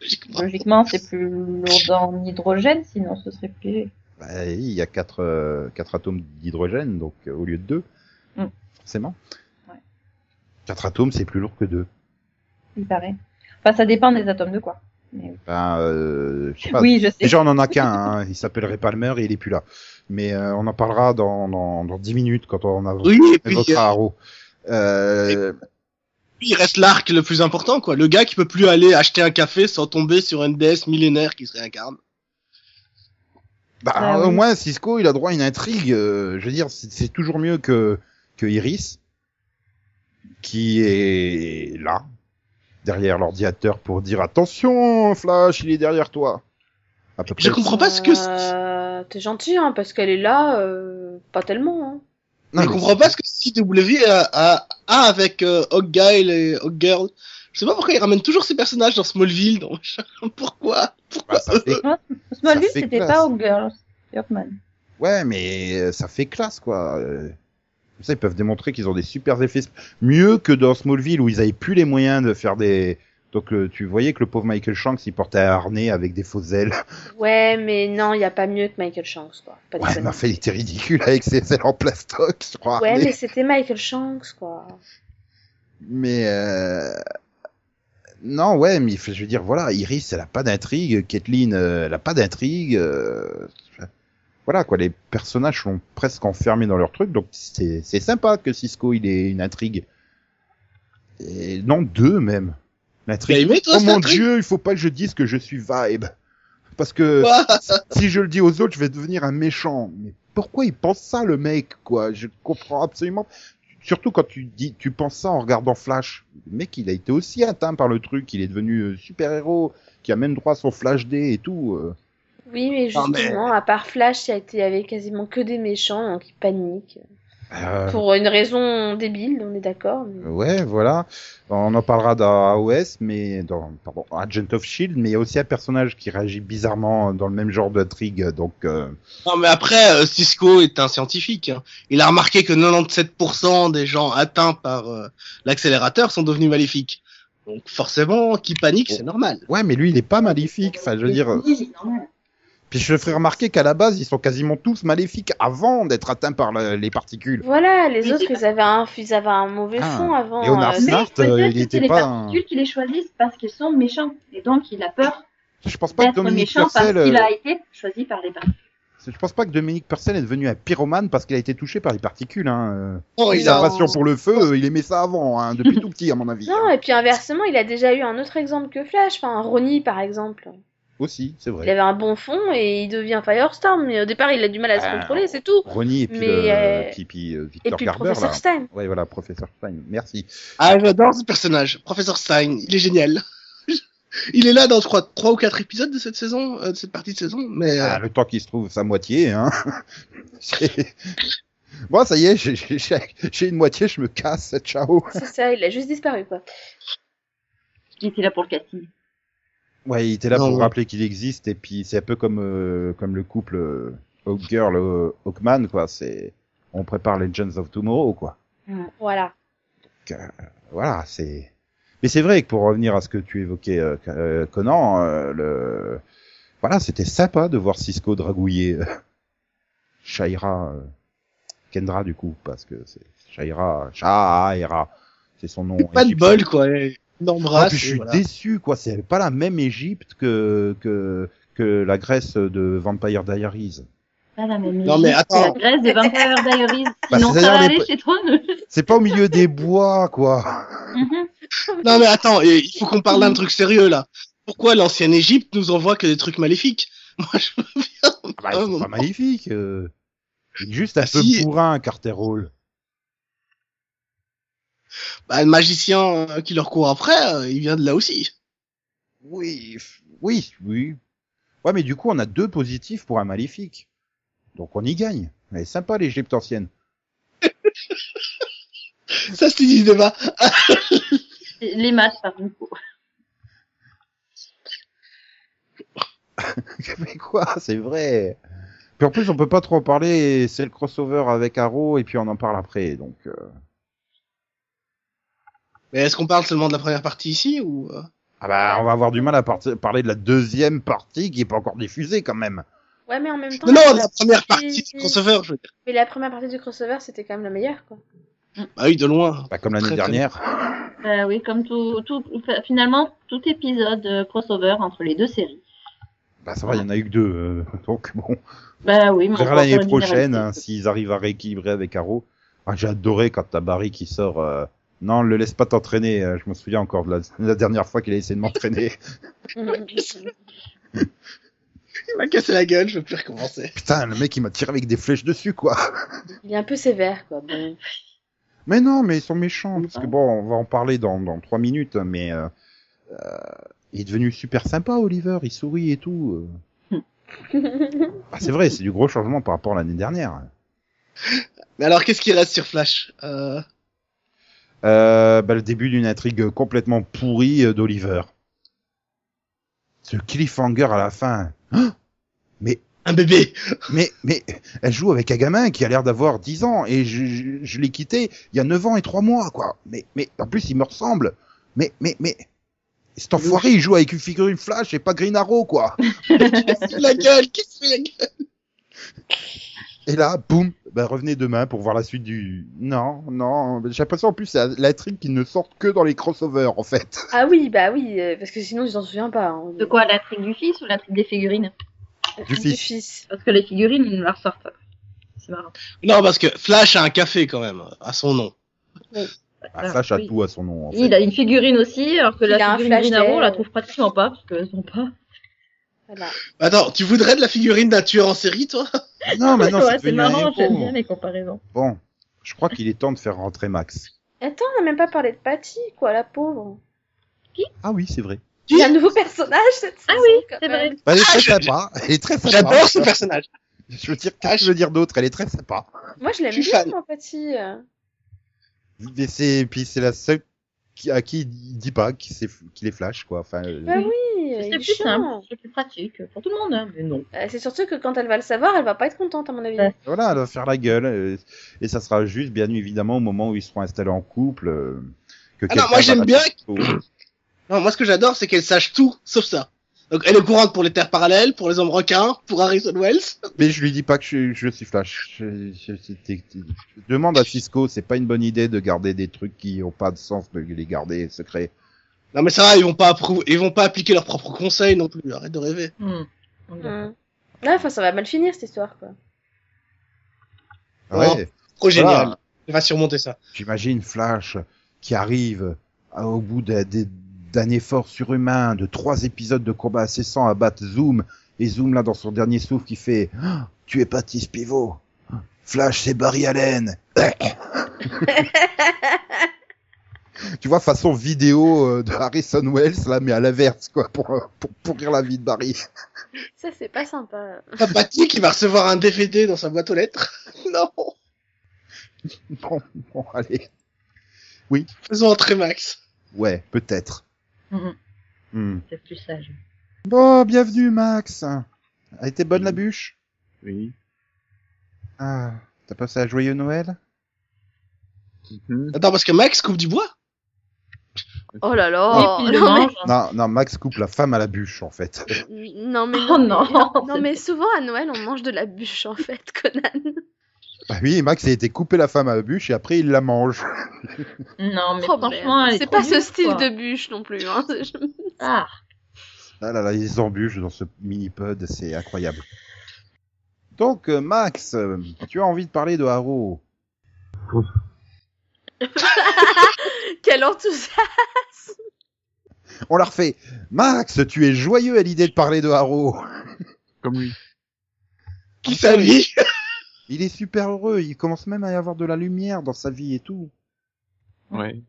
Speaker 6: Logiquement.
Speaker 5: Logiquement, c'est plus lourd en hydrogène, sinon ce serait plus léger.
Speaker 1: Bah, oui, il y a quatre euh, quatre atomes d'hydrogène, donc euh, au lieu de deux,
Speaker 5: Mm.
Speaker 1: forcément.
Speaker 5: Ouais.
Speaker 1: Quatre atomes, c'est plus lourd que deux.
Speaker 5: Il paraît. Enfin, ça dépend des atomes de quoi. Mais...
Speaker 1: Ben, euh, je sais pas.
Speaker 5: oui, je sais.
Speaker 1: Déjà, on en a qu'un. Hein. Il s'appellerait Palmer et il est plus là. Mais euh, on en parlera dans, dans, dans 10 minutes quand on av-
Speaker 6: Oui, et puis, euh,
Speaker 1: évoquera Arrow. Euh,
Speaker 6: il reste l'arc le plus important, quoi. Le gars qui peut plus aller acheter un café sans tomber sur une déesse millénaire qui se réincarne.
Speaker 1: bah,
Speaker 5: Ah oui.
Speaker 1: Au moins, Cisco, il a droit à une intrigue. euh, je veux dire, c'est c'est toujours mieux que, que Iris, qui est là, derrière l'ordinateur, pour dire attention, Flash, il est derrière toi. À peu près.
Speaker 6: Je comprends pas ce que c'est.
Speaker 4: Euh, T'es gentil, hein, parce qu'elle est là, euh, pas tellement, hein.
Speaker 1: Non,
Speaker 6: je
Speaker 1: mais
Speaker 6: comprends pas ce que CW a, a, a avec euh, Hawkgirl et Hawkgirl. Je sais pas pourquoi ils ramènent toujours ces personnages dans Smallville. Dans... pourquoi
Speaker 1: bah, ça fait-
Speaker 5: Smallville,
Speaker 1: fait
Speaker 5: c'était
Speaker 1: classe.
Speaker 5: pas Hawkgirl, c'était Hawkman.
Speaker 1: Ouais, mais euh, ça fait classe, quoi. Euh, Comme ça, ils peuvent démontrer qu'ils ont des super effets. sp- Mieux que dans Smallville où ils avaient plus les moyens de faire des. Donc euh, tu voyais que le pauvre Michael Shanks, il portait un harnais avec des faux ailes.
Speaker 4: Ouais, mais non, il n'y a pas mieux que Michael Shanks, quoi. Pas de
Speaker 1: Ouais, mais enfin, il était ridicule avec ses ailes en plastoc, je crois.
Speaker 4: ouais, mais c'était Michael Shanks, quoi.
Speaker 1: Mais euh... non, ouais, mais je veux dire, voilà, Iris, elle a pas d'intrigue, Kathleen, euh, elle a pas d'intrigue. euh, Voilà quoi, les personnages sont presque enfermés dans leur truc, donc c'est c'est sympa que Cisco il ait une intrigue. Et non, deux même.
Speaker 6: T'as
Speaker 1: L'intrigue.
Speaker 6: aimé, toi,
Speaker 1: Oh
Speaker 6: cette
Speaker 1: mon
Speaker 6: intrigue
Speaker 1: dieu, il faut pas que je dise que je suis vibe, parce que
Speaker 6: Ouah
Speaker 1: si je le dis aux autres, je vais devenir un méchant. Mais pourquoi il pense ça, le mec, quoi Je comprends absolument. Surtout quand tu dis, tu penses ça en regardant Flash. Le mec, il a été aussi atteint par le truc. Il est devenu euh, super-héros, qui a même droit à son Flash D et tout. euh.
Speaker 4: Oui, mais
Speaker 6: Non, mais-
Speaker 4: justement, à part Flash, il y a été- il y avait quasiment que des méchants, donc ils paniquent.
Speaker 1: Euh,
Speaker 4: Pour une raison débile, on est d'accord. mais-
Speaker 1: Ouais, voilà. On en parlera dans AOS, mais dans pardon, Agent of Shield, E mais il y a aussi un personnage qui réagit bizarrement dans le même genre d'intrigue. Donc euh,
Speaker 6: Non, mais après, euh, Cisco est un scientifique. hein. Il a remarqué que 97% des gens atteints par euh, l'accélérateur sont devenus maléfiques. Donc forcément, qui panique,
Speaker 1: Oh.
Speaker 6: c'est normal.
Speaker 1: ouais, mais lui, il est pas maléfique. Enfin, je veux dire.
Speaker 2: Oui, c'est normal.
Speaker 1: Puis je ferai remarquer qu'à la base, ils sont quasiment tous maléfiques avant d'être atteints par le- les particules.
Speaker 4: Voilà, les
Speaker 2: Oui,
Speaker 4: autres,
Speaker 2: c'est
Speaker 4: ils avaient un, ils avaient un mauvais
Speaker 1: Ah,
Speaker 4: fond avant.
Speaker 1: Léonard
Speaker 4: euh,
Speaker 1: Snart,
Speaker 4: mais-
Speaker 1: Smart, euh, il
Speaker 5: peut-être que
Speaker 1: était
Speaker 5: c'est les
Speaker 1: pas
Speaker 5: particules qui les choisissent parce qu'ils sont méchants. Et donc, il a peur
Speaker 1: Je pense pas que
Speaker 5: d'être
Speaker 1: Dominique
Speaker 5: méchant parce
Speaker 1: Purcell, euh,
Speaker 5: qu'il a été choisi par les particules.
Speaker 1: je pense pas que Dominique Purcell est devenu un pyromane parce qu'il a été touché par les particules. Hein. euh.
Speaker 6: Oh,
Speaker 1: Sa
Speaker 6: il a-
Speaker 1: passion pour le feu, euh, il aimait ça avant, hein, depuis tout petit à mon avis.
Speaker 4: Non,
Speaker 1: hein.
Speaker 4: et puis inversement, il a déjà eu un autre exemple que Flash, enfin Ronnie par exemple.
Speaker 1: Aussi, c'est
Speaker 4: Il
Speaker 1: vrai.
Speaker 4: avait un bon fond et il devient Firestorm, mais au départ, il a du mal à se
Speaker 1: Ah.
Speaker 4: contrôler, c'est tout.
Speaker 1: Ronnie et puis,
Speaker 4: Mais,
Speaker 1: le-
Speaker 4: euh,
Speaker 1: puis- puis, euh,
Speaker 4: Et
Speaker 1: Victor
Speaker 4: puis le
Speaker 1: Garber
Speaker 4: professeur
Speaker 1: là.
Speaker 4: Stein.
Speaker 1: Ouais, voilà, professeur Stein. Merci.
Speaker 6: Ah, j'adore ce personnage, Professeur Stein. Il est génial. il est là dans je crois trois ou quatre épisodes de cette saison, euh, de cette partie de saison. Mais euh,
Speaker 1: Ah, le temps qu'il se trouve sa moitié, hein. C'est- bon, ça y est, j'ai- j'ai j'ai une moitié, je me casse. Ciao.
Speaker 4: C'est ça, il a juste disparu, quoi.
Speaker 5: Il était là pour le casting.
Speaker 1: Ouais, il était là
Speaker 6: Non,
Speaker 1: pour
Speaker 6: ouais.
Speaker 1: rappeler qu'il existe et puis c'est un peu comme euh, comme le couple euh, Hawkgirl euh, Hawkman quoi, c'est on prépare Legends of Tomorrow quoi.
Speaker 4: Voilà.
Speaker 1: Voilà, c'est Mais c'est vrai que pour revenir à ce que tu évoquais euh, euh, Conan euh, le voilà, c'était sympa de voir Cisco dragouiller euh, Shaira euh, Kendra du coup parce que c'est Shaira Shaira, c'est son nom.
Speaker 6: pas de
Speaker 1: égyptien.
Speaker 6: bol quoi. Il
Speaker 1: Ah,
Speaker 6: l'embrasse.
Speaker 1: puis je
Speaker 6: et
Speaker 1: suis
Speaker 6: voilà.
Speaker 1: déçu, quoi. C'est pas la même Égypte que, que, que la Grèce de Vampire Diaries.
Speaker 5: Pas la même
Speaker 6: Non, mais
Speaker 5: Égypte que
Speaker 6: attends.
Speaker 5: La Grèce des Vampires Diaries.
Speaker 1: Bah,
Speaker 5: Sinon, ça
Speaker 1: c'est-à-dire
Speaker 5: va
Speaker 1: les
Speaker 5: aller
Speaker 1: po-
Speaker 5: chez toi. nous.
Speaker 1: C'est pas au milieu des bois, quoi.
Speaker 5: Mhm.
Speaker 6: Non mais attends, et il faut qu'on parle d'un truc sérieux là. Pourquoi l'ancienne Égypte nous envoie que des trucs maléfiques Moi je veux bien.
Speaker 1: Ah Bah,
Speaker 6: un
Speaker 1: c'est
Speaker 6: moment.
Speaker 1: pas magnifique. euh. Bah, Il est Juste un peu
Speaker 6: Si.
Speaker 1: bourrin, Carter Hall.
Speaker 6: Bah, le magicien euh, qui leur court après, euh, il vient de là aussi.
Speaker 1: Oui, f- oui, oui. Ouais, mais du coup, on a deux positifs pour un maléfique. Donc on y gagne. Elle est sympa, l'Égypte ancienne.
Speaker 6: Ça c'est du débat.
Speaker 5: Les maths, par contre.
Speaker 1: mais quoi, c'est vrai. Puis en plus, on peut pas trop en parler. C'est le crossover avec Arrow, et puis on en parle après. Donc, euh,
Speaker 6: Mais est-ce qu'on parle seulement de la première partie ici ou euh,
Speaker 1: Ah bah, on va avoir du mal à parti- parler de la deuxième partie qui est pas encore diffusée quand même.
Speaker 4: Ouais, mais en même temps.
Speaker 6: Non, non,
Speaker 4: la-
Speaker 6: la première partie du crossover, je veux dire.
Speaker 4: Mais la première partie du crossover, c'était quand même la meilleure, quoi.
Speaker 6: Bah oui, de loin.
Speaker 1: Pas comme l'année
Speaker 6: Très, très
Speaker 1: dernière.
Speaker 5: Bah oui, comme tout, tout, fa- finalement, tout épisode euh, crossover entre les deux séries.
Speaker 1: Bah ça va, il y en a eu que deux. euh, donc bon,
Speaker 5: Bah oui, mais
Speaker 1: on
Speaker 5: on
Speaker 1: verra
Speaker 5: peut en
Speaker 1: l'année
Speaker 5: faire une
Speaker 1: prochaine hein,
Speaker 5: généralité.
Speaker 1: s'ils arrivent à rééquilibrer avec Arrow. Ah, J'ai adoré quand t'as Barry qui sort. euh, Non, le laisse pas t'entraîner. euh, Je me souviens encore de la, la dernière fois qu'il a essayé de m'entraîner.
Speaker 6: Il m'a cassé la gueule, je veux plus recommencer.
Speaker 1: Putain, le mec il m'a tiré avec des flèches dessus quoi.
Speaker 4: il est un peu sévère, quoi. Bon.
Speaker 1: Mais non, mais ils sont méchants parce que bon, on va en parler dans dans trois minutes. Mais euh, euh, il est devenu super sympa Oliver. Il sourit et tout. euh. Ah, c'est vrai, c'est du gros changement par rapport à l'année dernière.
Speaker 6: Mais alors, qu'est-ce qui reste sur Flash euh...
Speaker 1: Euh, bah, le début d'une intrigue complètement pourrie euh, d'Oliver. Ce cliffhanger à la fin. Ah Mais
Speaker 6: un bébé.
Speaker 1: Mais, mais elle joue avec un gamin qui a l'air d'avoir 10 ans et je, je, je l'ai quitté il y a 9 ans et 3 mois, quoi. Mais, mais en plus, il me ressemble. Mais, mais, mais cet enfoiré, il joue avec une figurine Flash et pas Green Arrow, quoi.
Speaker 6: la gueule, qu'est-ce que la gueule
Speaker 1: Et là, boum, bah, revenez demain pour voir la suite du. Non, non. J'ai l'impression en plus c'est la- la trique qui ne sort que dans les crossovers, en fait.
Speaker 4: Ah oui, bah oui, euh, parce que sinon je t'en souviens pas. hein. Euh,
Speaker 2: De quoi, la trique du fils ou la trique des figurines
Speaker 1: Du
Speaker 4: Du
Speaker 1: fils.
Speaker 4: fils.
Speaker 2: Parce que les figurines, ils nous la ressortent. C'est marrant.
Speaker 6: Non, parce que Flash a un café quand même, à son nom.
Speaker 1: Ah,
Speaker 2: Ah,
Speaker 1: Flash a
Speaker 2: oui.
Speaker 1: tout à son nom. En fait.
Speaker 2: Il a une figurine aussi, alors que
Speaker 4: Il a un
Speaker 2: la figurine
Speaker 4: flash
Speaker 2: Green Arrow, on la
Speaker 4: d'air.
Speaker 2: trouve pratiquement pas, parce qu'elles sont pas.
Speaker 4: Voilà.
Speaker 6: Attends, tu voudrais de la figurine d'un tueur en série, toi
Speaker 1: Non, maintenant
Speaker 2: Ouais,
Speaker 1: c'est
Speaker 2: c'est
Speaker 1: devenu un
Speaker 2: marrant, j'aime
Speaker 1: héros.
Speaker 2: bien les comparaisons.
Speaker 1: Bon, je crois qu'il est temps de faire rentrer Max.
Speaker 4: Attends, on n'a même pas parlé de Patty, quoi, la pauvre.
Speaker 1: Ah oui, c'est vrai.
Speaker 4: Il y a un nouveau personnage cette
Speaker 2: Ah
Speaker 4: saison.
Speaker 2: oui,
Speaker 4: quand
Speaker 2: c'est
Speaker 4: même.
Speaker 2: vrai.
Speaker 1: Bah, elle est
Speaker 6: Ah,
Speaker 1: très
Speaker 6: je-
Speaker 1: sympa. Elle est très sympa.
Speaker 6: J'adore ce personnage.
Speaker 1: Je veux dire,
Speaker 6: Ah,
Speaker 1: qu'est-ce que je veux dire d'autre Elle est très sympa.
Speaker 4: Moi je l'aime
Speaker 6: Je suis
Speaker 4: bien,
Speaker 6: fan.
Speaker 4: moi, Patty. euh.
Speaker 1: Mais c'est, puis c'est la seule qui- à qui il dit pas qu'il s'est- qu'il est Flash, quoi. Enfin, euh,
Speaker 4: Bah oui,
Speaker 2: C'est
Speaker 4: il est
Speaker 2: plus
Speaker 4: chiant.
Speaker 2: simple, c'est plus pratique pour tout le monde, hein, mais non.
Speaker 4: Euh, c'est surtout que quand elle va le savoir, elle va pas être contente, à mon avis.
Speaker 5: Ouais.
Speaker 1: voilà, elle va faire la gueule. euh, et ça sera juste, bien évidemment, au moment où ils seront installés en couple. euh, que
Speaker 6: Ah
Speaker 1: quelqu'un
Speaker 6: non, moi
Speaker 1: va
Speaker 6: j'aime
Speaker 1: la-
Speaker 6: bien. Non, moi ce que j'adore, c'est qu'elle sache tout, sauf ça. Donc elle est courante pour les terres parallèles, pour les hommes requins, pour Harrison Wells.
Speaker 1: Mais je lui dis pas que je, je suis Flash. Je, je- c'était- je demande à Cisco, c'est pas une bonne idée de garder des trucs qui ont pas de sens, de les garder secrets.
Speaker 6: Non mais ça va, ils vont pas approuver, ils vont pas appliquer leurs propres conseils non plus. Arrête de rêver.
Speaker 5: Hmm. On est
Speaker 4: Hmm. Ouais, enfin, ça va mal finir cette histoire, quoi.
Speaker 1: Ouais.
Speaker 6: Oh. Trop génial.
Speaker 1: Voilà.
Speaker 6: Elle va surmonter ça.
Speaker 1: J'imagine Flash qui arrive à- au bout d'un- d'un d'un effort surhumain de trois épisodes de combat incessants à battre Zoom et Zoom là dans son dernier souffle qui fait Ah, tu es Patrice Pivot Flash c'est Barry Allen tu vois façon vidéo euh, de Harrison Wells là mais à l'inverse quoi pour euh, pour pourrir la vie de Barry
Speaker 4: Ça, c'est pas sympa.
Speaker 6: Pas Patty qui va recevoir un DVD dans sa boîte aux lettres. non.
Speaker 1: bon, bon allez
Speaker 6: Faisons entrer Max.
Speaker 1: ouais peut-être
Speaker 5: Mhm.
Speaker 1: Hmm.
Speaker 5: C'est plus sage.
Speaker 1: Bon, bienvenue Max. A été bonne la bûche
Speaker 7: Oui.
Speaker 1: Ah, t'as passé un joyeux Noël
Speaker 7: Mhm.
Speaker 6: Attends parce que Max coupe du bois.
Speaker 4: Oh là
Speaker 5: Oh,
Speaker 4: là
Speaker 5: le
Speaker 4: non, mais...
Speaker 5: mange.
Speaker 1: Non, non, Max coupe la femme à la bûche en fait.
Speaker 4: non, mais
Speaker 5: Oh
Speaker 4: non.
Speaker 5: non.
Speaker 4: Non, mais souvent à Noël, on mange de la bûche, en fait, Conan.
Speaker 1: Bah oui, Max a été coupé la femme à la bûche et après il la mange.
Speaker 5: hein. Non, mais
Speaker 4: Oh,
Speaker 5: franchement,
Speaker 4: merde.
Speaker 5: elle est
Speaker 4: c'est
Speaker 5: trop
Speaker 4: pas ce
Speaker 5: nulle,
Speaker 4: style
Speaker 5: quoi.
Speaker 4: de bûche non plus. Hein. Je-
Speaker 5: Ah,
Speaker 1: Ah là là, les embûches dans ce mini-pod, c'est incroyable. Donc euh, Max, euh, tu as envie de parler de Haro
Speaker 4: Quel enthousiasme
Speaker 1: On la refait. Max, tu es joyeux à l'idée de parler de Haro
Speaker 7: Comme lui.
Speaker 6: Qui sa vie
Speaker 1: Il est super heureux, il commence même à y avoir de la lumière dans sa vie et tout.
Speaker 7: Ouais.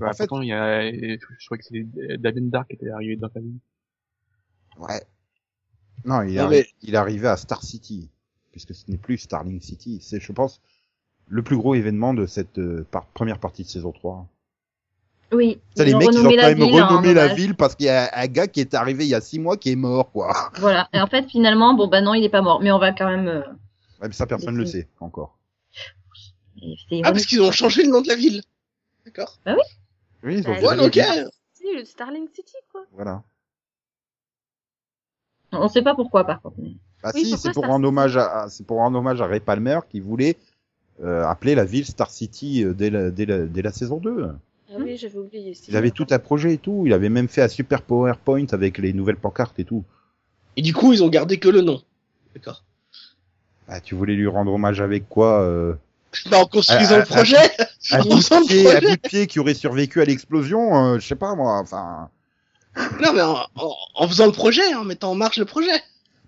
Speaker 1: En
Speaker 7: Bah,
Speaker 1: fait-
Speaker 7: pourtant, il y a, je crois que c'est euh, Damien Dark qui était arrivé dans ta vie.
Speaker 1: Ouais. Non, il, est
Speaker 6: Non,
Speaker 1: arri-
Speaker 6: mais-
Speaker 1: il est arrivé à Star City, puisque ce n'est plus Starling City. C'est, je pense, le plus gros événement de cette euh, par- première partie de saison 3.
Speaker 5: oui.
Speaker 1: C'est les
Speaker 5: ont
Speaker 1: mecs, ils ont
Speaker 5: renommé
Speaker 1: quand
Speaker 5: la
Speaker 1: même
Speaker 5: ville hein, en
Speaker 1: renommé la
Speaker 5: hommage.
Speaker 1: ville parce qu'il y a un gars qui est arrivé il y a six mois qui est mort, quoi.
Speaker 5: Voilà. Et en fait, finalement, bon, bah non, il est pas mort, mais on va quand même. euh,
Speaker 1: Même ça, personne ne le sait encore.
Speaker 5: c'est ironique.
Speaker 6: Ah parce qu'ils ont changé le nom de la ville. D'accord.
Speaker 1: Oui, Ah, ils ont
Speaker 4: Ouais,
Speaker 1: changé
Speaker 6: Bon
Speaker 1: la
Speaker 6: ok.
Speaker 1: ville.
Speaker 4: C'est le Starling City, quoi.
Speaker 1: Voilà.
Speaker 5: On sait pas pourquoi, par contre. mais-
Speaker 1: Bah
Speaker 4: Oui,
Speaker 1: si,
Speaker 4: pourquoi
Speaker 1: c'est pour
Speaker 4: Star
Speaker 1: rendre
Speaker 4: City
Speaker 1: hommage à, à- c'est pour rendre hommage à Ray Palmer qui voulait euh, appeler la ville Star City euh, dès la, dès la, dès la saison 2.
Speaker 4: Ah oui, j'avais oublié. c'est
Speaker 1: Il avait
Speaker 4: vrai.
Speaker 1: tout un projet et tout. Il avait même fait un super PowerPoint avec les nouvelles pancartes et tout.
Speaker 6: Et du coup ils ont gardé que le nom. D'accord.
Speaker 1: Ah, tu voulais lui rendre hommage avec quoi euh,
Speaker 6: Bah en construisant
Speaker 1: Ah,
Speaker 6: le
Speaker 1: ah,
Speaker 6: projet.
Speaker 1: Un
Speaker 6: En
Speaker 1: bout
Speaker 6: construisant
Speaker 1: de
Speaker 6: le
Speaker 1: pied, un
Speaker 6: projet.
Speaker 1: bout de pied qui aurait survécu à l'explosion, euh, je sais pas moi. Enfin,
Speaker 6: Non, mais en, en- en faisant le projet, en mettant en marche le projet.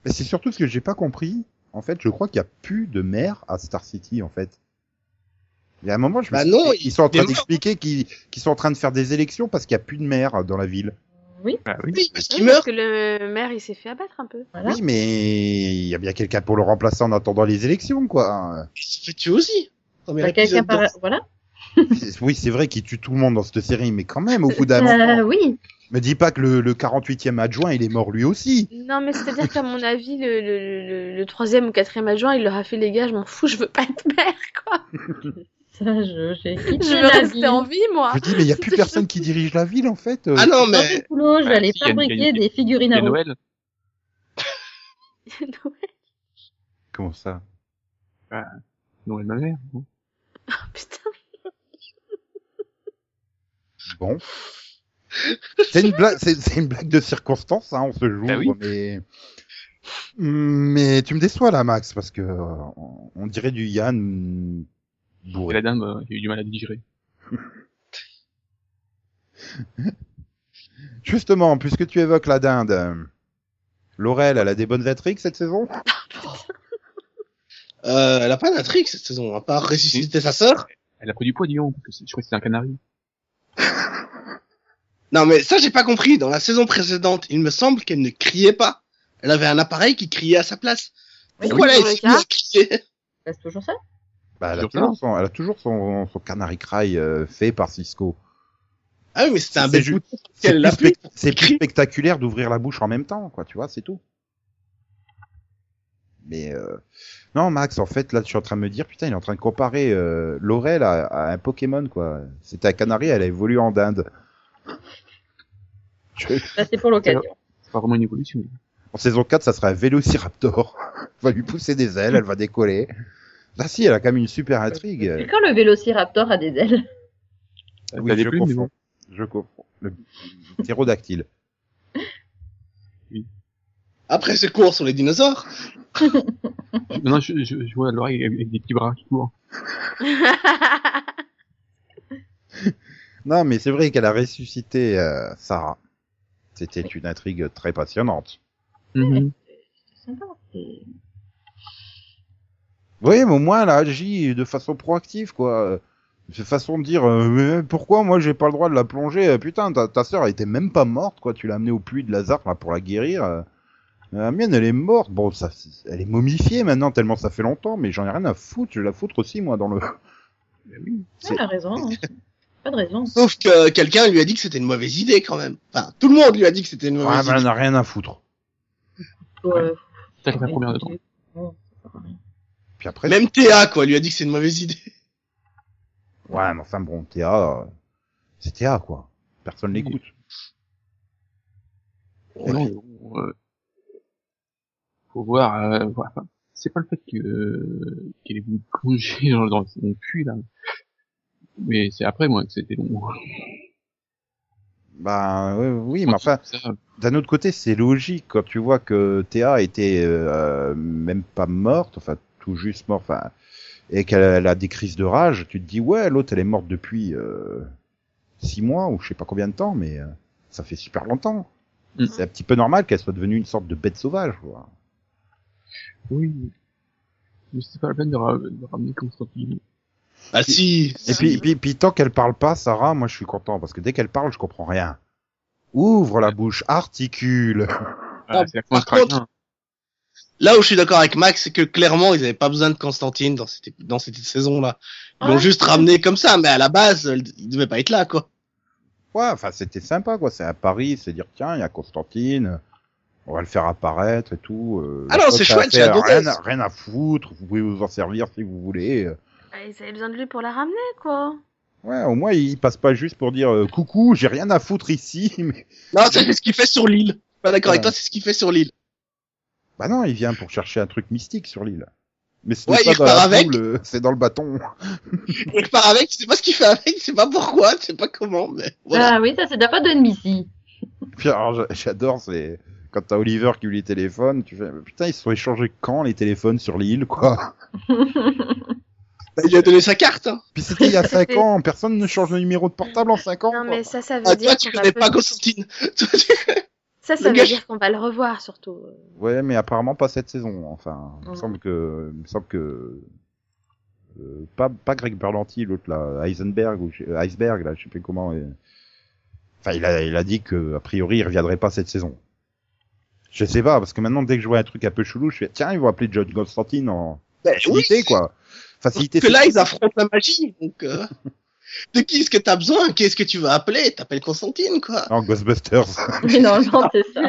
Speaker 1: mais c'est surtout ce que j'ai pas compris. En fait, je crois qu'il y a plus de maire à Star City en fait. Il y a un moment, je me
Speaker 6: Bah
Speaker 1: suis
Speaker 6: non,
Speaker 1: dit, ils sont en
Speaker 6: des
Speaker 1: train
Speaker 6: maires.
Speaker 1: d'expliquer qu'ils qu'ils sont en train de faire des élections parce qu'il y a plus de maire dans la ville.
Speaker 5: Oui.
Speaker 7: Ah oui.
Speaker 6: Oui, parce qu'il
Speaker 4: Oui, parce
Speaker 6: meurt.
Speaker 4: que le maire, il s'est fait abattre un peu.
Speaker 5: Voilà.
Speaker 1: Oui, mais il y a bien quelqu'un pour le remplacer en attendant les élections quoi.
Speaker 6: Il se fait tuer aussi. Premier
Speaker 5: Bah, quelqu'un
Speaker 6: épisode
Speaker 5: par...
Speaker 6: dans-
Speaker 5: Voilà.
Speaker 1: Ah, oui, c'est vrai qu'il tue tout le monde dans cette série, mais quand même, au bout d'un moment.
Speaker 5: Euh, oui.
Speaker 1: Me dis pas que le, le 48e adjoint, il est mort lui aussi.
Speaker 4: Non, mais c'est-à-dire qu'à mon avis, le, le, le- le, le troisième ou quatrième adjoint, il leur a fait les gars, je m'en fous, je veux pas être maire, quoi.
Speaker 5: Ça, je, j'ai quitté
Speaker 4: Je veux
Speaker 5: la
Speaker 4: rester
Speaker 5: ville.
Speaker 4: en vie, moi.
Speaker 1: Je dis, mais il y a plus personne qui dirige la ville en fait. euh.
Speaker 6: Ah non,
Speaker 5: Dans
Speaker 6: mais
Speaker 5: le boulot, je vais
Speaker 7: Ah,
Speaker 5: aller
Speaker 7: si, il y a une- il y a
Speaker 5: fabriquer
Speaker 7: une-
Speaker 5: des figurines à
Speaker 7: Et
Speaker 5: roue.
Speaker 7: Noël
Speaker 4: oh,
Speaker 1: Comment ça
Speaker 7: Noël, ma mère. hein.
Speaker 4: Putain.
Speaker 1: Bon. C'est une blague, c'est, c'est une blague de circonstance, hein, on se joue,
Speaker 7: Bah oui.
Speaker 1: mais. Mais tu me déçois là, Max, parce que euh, on on dirait du Yann
Speaker 7: Et
Speaker 1: bourré.
Speaker 7: la dame euh, a eu du mal à digérer.
Speaker 1: Justement, puisque tu évoques la dinde, euh, Laurel, elle a des bonnes intrigues cette saison
Speaker 6: euh, elle a pas d'intrigue cette saison, à part ressusciter sa sœur.
Speaker 7: Elle a pris du poids, dis donc, parce que c'est- je crois que c'est un canari.
Speaker 6: Non, mais ça, j'ai pas compris. Dans la saison précédente, il me semble qu'elle ne criait pas. Elle avait un appareil qui criait à sa place.
Speaker 4: Oui,
Speaker 6: Pourquoi là, elle
Speaker 4: dans le
Speaker 6: s'est mise à crier
Speaker 5: C'est toujours ça
Speaker 1: bah, elle, a
Speaker 7: Toujours
Speaker 1: toujours son, elle a toujours son, son canary cry euh, fait par Cisco.
Speaker 6: Ah oui, mais c'était un
Speaker 1: C'est
Speaker 6: bel
Speaker 1: ju-
Speaker 6: bouton
Speaker 1: C'est,
Speaker 6: qu'elle
Speaker 1: plus,
Speaker 6: l'a pris.
Speaker 1: spec- c'est plus
Speaker 6: Cri.
Speaker 1: spectaculaire d'ouvrir la bouche en même temps, quoi, tu vois, c'est tout. Mais euh, non, Max, en fait, là, je suis en train de me dire, putain, il est en train de comparer euh, Laurel à, à un Pokémon, quoi. C'était un canari, elle a évolué en Inde. Je-
Speaker 5: Bah, C'est pour l'occasion.
Speaker 7: C'est pas vraiment une évolution.
Speaker 1: En saison 4, ça sera un vélociraptor. va lui pousser des ailes, elle va décoller. Là, si, elle a quand même une super
Speaker 5: Et
Speaker 1: intrigue. Euh,
Speaker 5: Quand le vélociraptor a des ailes.
Speaker 7: Elle
Speaker 1: Oui,
Speaker 7: a Euh, des
Speaker 1: je
Speaker 7: plumes, mais
Speaker 1: confonds.
Speaker 7: bon.
Speaker 1: Je comprends. Le ptérodactyle.
Speaker 6: Après ce cours sur les dinosaures,
Speaker 7: Non, non, je, je, je vois l'oreille avec avec des petits bras qui courent.
Speaker 1: Non, mais c'est vrai qu'elle a ressuscité euh, Sarah. C'était une intrigue très passionnante.
Speaker 7: Mhm.
Speaker 5: C'est sympa, c'est-
Speaker 1: Oui, mais au moins, elle a agi de façon proactive, quoi. De façon de dire, euh, Mais pourquoi moi j'ai pas le droit de la plonger euh, Putain, ta, ta sœur, elle était même pas morte, quoi. Tu l'as amenée au puits de Lazare là, pour la guérir. euh. La mienne, elle est morte. Bon, ça, c'est- elle est momifiée maintenant, tellement ça fait longtemps, mais j'en ai rien à foutre. Je vais la foutre aussi, moi, dans le... C'est-
Speaker 5: Ouais, Elle a raison. hein. Pas de raison.
Speaker 6: sauf que quelqu'un lui a dit que c'était une mauvaise idée quand même. Enfin, tout le monde lui a dit que c'était une
Speaker 1: Ouais,
Speaker 6: mauvaise
Speaker 1: mais elle
Speaker 6: idée.
Speaker 1: n'a rien à foutre.
Speaker 5: Faut, euh,
Speaker 7: Peut-être la première de temps.
Speaker 5: Bon, c'est pas pareil.
Speaker 1: Puis après,
Speaker 6: Même Théa, quoi, lui a dit que c'est une mauvaise idée.
Speaker 1: Ouais, mais enfin bon, Théa, euh, c'est Théa, quoi. Personne l'écoute. Oh,
Speaker 7: Ah non, mais bon, euh, faut voir. euh, voilà. Enfin, C'est pas le fait que, euh, qu'elle ait voulu plonger dans, dans son puits là. Mais c'est après moi que c'était long.
Speaker 1: Bah oui, oui, mais enfin,
Speaker 7: Ça,
Speaker 1: d'un autre côté, c'est logique quand tu vois que Théa était euh, même pas morte, enfin tout juste morte, enfin, et qu'elle elle a des crises de rage, tu te dis ouais, l'autre elle est morte depuis euh, six mois ou je sais pas combien de temps, mais euh, ça fait super longtemps.
Speaker 7: Mm.
Speaker 1: C'est un petit peu normal qu'elle soit devenue une sorte de bête sauvage. Quoi.
Speaker 7: oui. Mais c'est pas la peine de, ra- de ramener Constantine.
Speaker 6: Ah si,
Speaker 1: Et puis, puis, puis tant qu'elle parle pas, Sarah, moi je suis content parce que dès qu'elle parle, je comprends rien. Ouvre la bouche, articule.
Speaker 7: Ah, c'est la
Speaker 6: par
Speaker 7: première
Speaker 6: contre- là où je suis d'accord avec Max, c'est que clairement, ils avaient pas besoin de Constantine dans cette, dans cette saison-là. Ils l'ont
Speaker 4: Ouais.
Speaker 6: juste ramené comme ça, mais à la base, elle- il devait pas être là, quoi.
Speaker 1: Ouais, enfin, c'était sympa, quoi. C'est à Paris, c'est dire, tiens, il y a Constantine, on va le faire apparaître et tout. euh,
Speaker 6: Ah non,
Speaker 1: le
Speaker 6: c'est
Speaker 1: peuple a
Speaker 6: chouette,
Speaker 1: fait,
Speaker 6: j'ai
Speaker 1: euh,
Speaker 6: adoré.
Speaker 1: Rien, à- rien à foutre, vous pouvez vous en servir si vous voulez. euh.
Speaker 4: Ah, Ils avaient besoin de lui pour la ramener, quoi.
Speaker 1: Ouais, au moins, il passe pas juste pour dire, euh, coucou, j'ai rien à foutre ici, mais.
Speaker 6: Non, c'est ce qu'il fait sur l'île. Pas d'accord
Speaker 1: Ouais.
Speaker 6: avec toi, c'est ce qu'il fait sur l'île.
Speaker 1: Bah non, il vient pour chercher un truc mystique sur l'île. Mais ce
Speaker 6: Ouais,
Speaker 1: n'est
Speaker 6: il
Speaker 1: pas dans la
Speaker 6: repart avec.
Speaker 1: boule, euh, c'est dans le bâton.
Speaker 6: Il repart avec, c'est pas ce qu'il fait avec, c'est pas pourquoi, c'est pas comment, mais voilà.
Speaker 5: Ah oui, ça c'est de la part de NBC.
Speaker 1: Puis alors, j'a- j'adore, c'est quand t'as Oliver qui lui les téléphone, tu fais, putain, ils se sont échangés quand les téléphones sur l'île, quoi.
Speaker 6: Bah, Il lui a donné sa carte. Hein.
Speaker 1: Puis c'était il y a 5 ans, personne ne change de numéro de portable en 5 ans.
Speaker 4: Non,
Speaker 1: quoi.
Speaker 4: mais ça, ça veut
Speaker 6: Ah,
Speaker 4: dire
Speaker 6: toi, tu
Speaker 4: qu'on va
Speaker 6: connais pas
Speaker 4: peut-
Speaker 6: Constantine. Toi, tu-
Speaker 4: Ça, ça
Speaker 6: Le
Speaker 4: veut
Speaker 6: gars-
Speaker 4: dire qu'on va le revoir, surtout.
Speaker 1: Ouais, mais apparemment pas cette saison. Enfin, il me
Speaker 5: Mhm.
Speaker 1: semble que, il me semble que euh, pas pas Greg Berlanti, l'autre là, Heisenberg ou je- euh, Iceberg là, je sais plus comment. euh, Enfin, il a il a dit que a priori il reviendrait pas cette saison. Je sais pas parce que maintenant dès que je vois un truc un peu chelou, je fais tiens ils vont appeler John Constantine en
Speaker 6: Ben oui,
Speaker 1: facilité quoi. Facilité.
Speaker 6: parce que là, ils affrontent la magie. Donc, euh, de qui est-ce que t'as besoin Qu'est-ce que tu vas appeler T'appelles Constantine, quoi.
Speaker 1: Non, Ghostbusters.
Speaker 5: Mais non, non, c'est ça.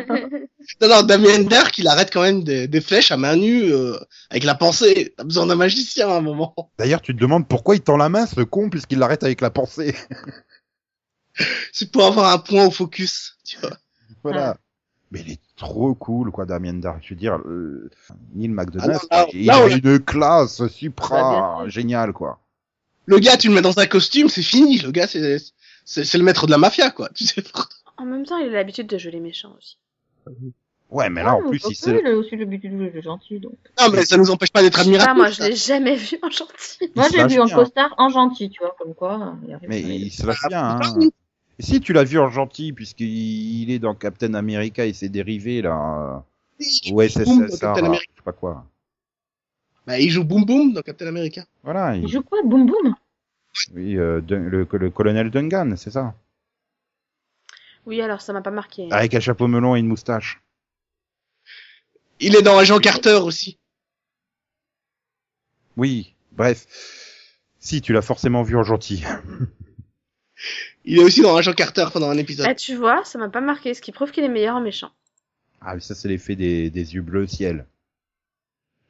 Speaker 6: Non, non, Damien Dark, il arrête quand même des, des flèches à main nue euh, avec la pensée. T'as besoin d'un magicien à un moment.
Speaker 1: D'ailleurs, tu te demandes pourquoi il tend la main, ce con, puisqu'il l'arrête avec la pensée.
Speaker 6: C'est pour avoir un point au focus, tu vois.
Speaker 1: voilà. Mais il est trop cool, quoi, Damien Dark. Je veux dire, euh, Neil McDonough,
Speaker 6: Ah non, là,
Speaker 1: il
Speaker 6: là,
Speaker 1: a
Speaker 6: on
Speaker 1: une classe
Speaker 5: Bah,
Speaker 1: supra géniale, quoi.
Speaker 6: Le gars, tu le mets dans un costume, c'est fini. Le gars, c'est c'est c'est le maître de la mafia, quoi. Tu sais.
Speaker 4: En même temps, il a l'habitude de jouer les méchants aussi.
Speaker 1: Ouais,
Speaker 5: Ah,
Speaker 1: mais là, en plus, il s'est...
Speaker 5: il a aussi l'habitude de jouer gentil, donc.
Speaker 6: Non, mais ça nous empêche pas d'être
Speaker 4: Ah,
Speaker 6: admiratifs.
Speaker 4: moi, je
Speaker 6: ça.
Speaker 4: l'ai jamais vu en gentil.
Speaker 5: Moi,
Speaker 1: se
Speaker 5: j'ai
Speaker 1: lâche
Speaker 5: vu en
Speaker 1: bien.
Speaker 5: costard, en gentil, tu vois, comme quoi. il arrive
Speaker 1: Mais
Speaker 5: pas à
Speaker 1: il
Speaker 5: y-
Speaker 1: se lâche bien,
Speaker 6: Ah,
Speaker 1: hein. Et si tu l'as vu en gentil, puisqu'il il est dans Captain America et ses dérivés, là. euh, Ouais, c'est
Speaker 6: Boom,
Speaker 1: ça,
Speaker 6: dans
Speaker 1: ça,
Speaker 6: Captain
Speaker 1: je
Speaker 6: America.
Speaker 1: sais pas quoi.
Speaker 6: Bah, il joue Boom Boom dans Captain America.
Speaker 1: Voilà, il-
Speaker 5: Il joue quoi Boum boum
Speaker 1: oui, euh, Dun- le, le colonel Dungan, c'est ça.
Speaker 4: Oui, alors ça m'a pas marqué.
Speaker 6: Ah,
Speaker 1: Avec un chapeau melon et une moustache.
Speaker 6: Il est dans Agent Carter aussi.
Speaker 1: Oui, bref. Si, tu l'as forcément vu en gentil.
Speaker 6: Il est aussi dans Agent Carter pendant un épisode.
Speaker 4: Ah, tu vois, ça m'a pas marqué, ce qui prouve qu'il est meilleur en méchant.
Speaker 1: Ah, mais ça, c'est l'effet des, des yeux bleus ciel.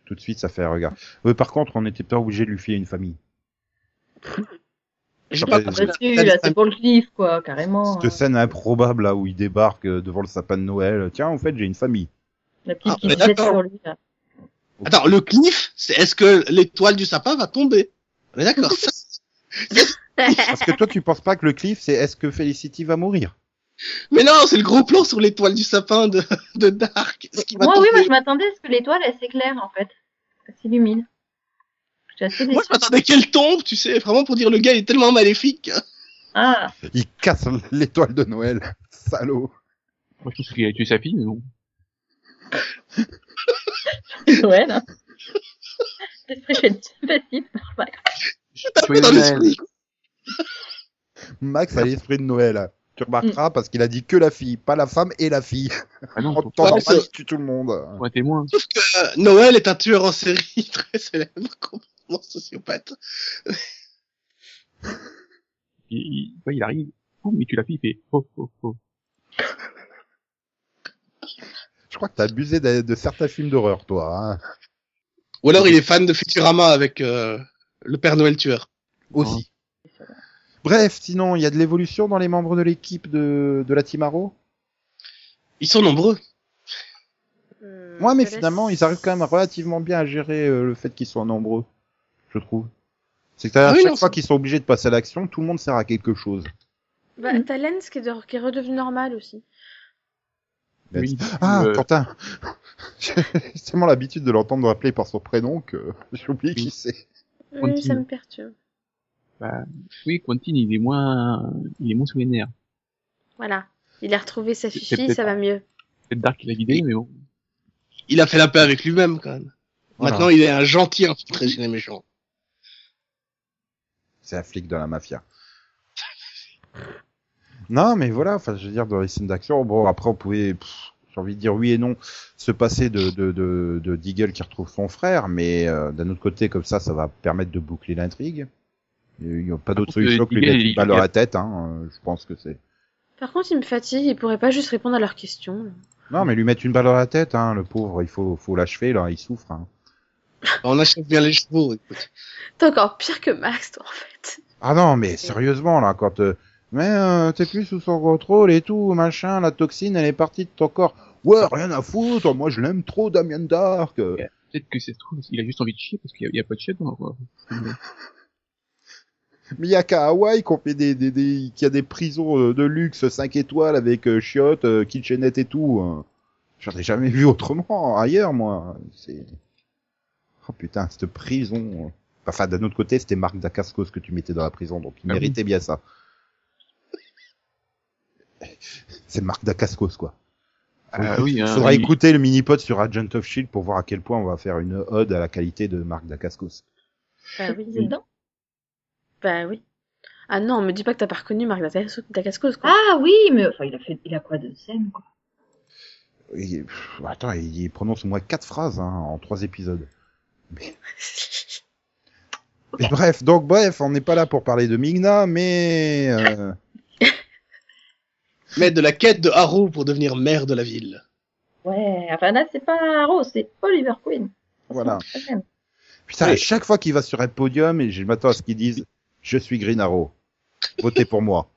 Speaker 1: Tout de suite, ça fait un regard. Euh, par contre, on n'était pas obligé de lui filer une famille.
Speaker 6: J'ai pas
Speaker 1: Ouais,
Speaker 6: compris.
Speaker 5: Bah, si, là, c'est pour le cliff, quoi, carrément.
Speaker 1: Cette scène improbable, là, où il débarque euh, devant le sapin de Noël. Tiens, en fait, j'ai une famille.
Speaker 5: La petite
Speaker 6: Ah,
Speaker 5: qui
Speaker 6: mais
Speaker 5: se jette
Speaker 6: d'accord.
Speaker 5: sur lui, là.
Speaker 6: Attends, le cliff, c'est est-ce que l'étoile du sapin va tomber On est d'accord. ça, c'est-
Speaker 1: Parce que toi, tu penses pas que le cliff, c'est est-ce que Felicity va mourir
Speaker 6: mais non, c'est le gros plan sur l'étoile du sapin de, de Dark. Ce qui va
Speaker 5: Moi, oui,
Speaker 6: tomber.
Speaker 5: moi, je m'attendais à ce que l'étoile, elle s'éclaire, en fait. Elle s'illumine. J'étais assez
Speaker 6: Moi,
Speaker 5: déçue.
Speaker 6: je m'attendais qu'elle tombe, tu sais, vraiment pour dire le gars il est tellement maléfique.
Speaker 5: Ah,
Speaker 1: Il casse l'étoile de Noël. Salaud.
Speaker 7: Moi, je pense qu'il a tué sa fille, mais bon.
Speaker 5: ouais, là. L'esprit facile, par là.
Speaker 7: Joyeux
Speaker 6: dans
Speaker 7: Noël.
Speaker 6: l'esprit.
Speaker 1: Max a l'esprit de Noël. Tu remarqueras parce qu'il a dit que la fille, pas la femme et la fille.
Speaker 7: Ah non,
Speaker 1: En
Speaker 7: pour
Speaker 1: temps
Speaker 6: Ouais,
Speaker 1: normal,
Speaker 6: ça-
Speaker 1: il tue tout le monde.
Speaker 7: pour un témoin.
Speaker 6: Sauf que euh, Noël est un tueur en série très célèbre, complètement sociopathe.
Speaker 7: Il, il, ouais, il arrive, boum, il tue la fille, il fait, oh, oh, oh.
Speaker 1: Je crois que t'as abusé de, de certains films d'horreur, toi. hein.
Speaker 6: Ou alors il est fan de Futurama avec euh, le Père Noël tueur.
Speaker 1: Aussi. Bref, sinon, il y a de l'évolution dans les membres de l'équipe de, de la Team Arrow
Speaker 6: Ils sont nombreux. Euh,
Speaker 1: Ouais, mais finalement, ils arrivent quand même relativement bien à gérer euh, le fait qu'ils soient nombreux, je trouve. C'est que à
Speaker 6: Ah oui,
Speaker 1: chaque
Speaker 6: non,
Speaker 1: fois
Speaker 6: c'est-
Speaker 1: qu'ils sont obligés de passer à l'action, tout le monde sert à quelque chose.
Speaker 4: Bah,
Speaker 5: Mm.
Speaker 4: t'as Lens qui est, de- qui est redevenu normal aussi.
Speaker 1: Mais-
Speaker 7: Oui,
Speaker 1: Ah,
Speaker 7: euh,
Speaker 1: Quentin J'ai tellement l'habitude de l'entendre appeler par son prénom que j'oublie
Speaker 7: Oui.
Speaker 1: qui c'est.
Speaker 4: Oui,
Speaker 7: Continue.
Speaker 4: ça me perturbe.
Speaker 7: oui, Quentin, il est moins, il est moins souvenir.
Speaker 4: Voilà. Il a retrouvé sa
Speaker 7: C'est
Speaker 4: fifi,
Speaker 7: peut-être-
Speaker 4: ça va mieux.
Speaker 7: Peut-être Dark, il a vidé, mais bon.
Speaker 6: Il a fait la paix avec lui-même quand même.
Speaker 1: Voilà.
Speaker 6: Maintenant, il est un gentil infiltré chez les méchants.
Speaker 1: C'est un flic de la mafia. Non, mais voilà, enfin, je veux dire, dans les scènes d'action, bon, après, on pouvait, pff, j'ai envie de dire oui et non, se passer de, de, de, de Deagle qui retrouve son frère, mais euh, d'un autre côté, comme ça, ça va permettre de boucler l'intrigue. Il n'y a pas d'autre
Speaker 7: Parce que
Speaker 1: solution que lui
Speaker 7: Deagle,
Speaker 1: mettre une
Speaker 7: il-
Speaker 1: balle
Speaker 7: il
Speaker 1: dans
Speaker 7: a-
Speaker 1: la tête, hein, euh, je pense que c'est.
Speaker 4: Par contre, il me fatigue, il pourrait pas juste répondre à leurs questions. là.
Speaker 1: Non, mais lui mettre une balle dans la tête, hein, le pauvre, il faut, faut l'achever, là, il souffre. Hein.
Speaker 6: On achète bien les chevaux. Écoute.
Speaker 4: T'es encore pire que Max, toi, en fait.
Speaker 1: Ah non, mais sérieusement, là, quand... euh, mais euh, t'es plus sous son contrôle et tout, machin, la toxine, elle est partie de ton corps. Ouais, rien à foutre, moi je l'aime trop, Damien Dark. euh.
Speaker 7: Peut-être que ça se trouve, il a juste envie de chier parce qu'il y a, il y a pas de chien dedans, quoi.
Speaker 1: Mais y a qu'à Hawaï qu'on fait des, des, des- qu'il y a des prisons euh, de luxe 5 étoiles avec euh, chiottes, euh, kitchenette et tout. hein. J'en ai jamais vu autrement ailleurs, moi. C'est... Oh putain, cette prison. euh. Enfin, d'un autre côté, c'était Marc Dacascos que tu mettais dans la prison, donc il
Speaker 7: Ah oui.
Speaker 1: méritait bien ça. C'est Marc Dacascos, quoi.
Speaker 7: Ah oui,
Speaker 1: Bah, il
Speaker 7: hein,
Speaker 1: faudra
Speaker 7: il-
Speaker 1: écouter le mini-pod sur Agent of Shield pour voir à quel point on va faire une ode à la qualité de Marc Dacascos.
Speaker 4: Bah
Speaker 5: c'est dedans.
Speaker 4: Bah oui. Ah non, me dis pas que t'as pas reconnu Marc Dacascos, Dacascos, quoi.
Speaker 5: Ah oui, mais enfin, il a fait, il a quoi de scène, quoi.
Speaker 1: Il- pff, Attends, il il prononce au moins quatre phrases hein, en trois épisodes. Et bref, donc bref, on n'est pas là pour parler de Migna, mais euh,
Speaker 6: Mais de la quête de Haru pour devenir maire de la ville.
Speaker 5: Ouais, enfin là, c'est pas Rose, c'est Oliver Queen.
Speaker 1: voilà.
Speaker 5: Quand même.
Speaker 1: Putain,
Speaker 6: Oui.
Speaker 1: à chaque fois qu'il va sur un podium, et je m'attends à ce qu'ils disent « Je suis Green Arrow, votez pour moi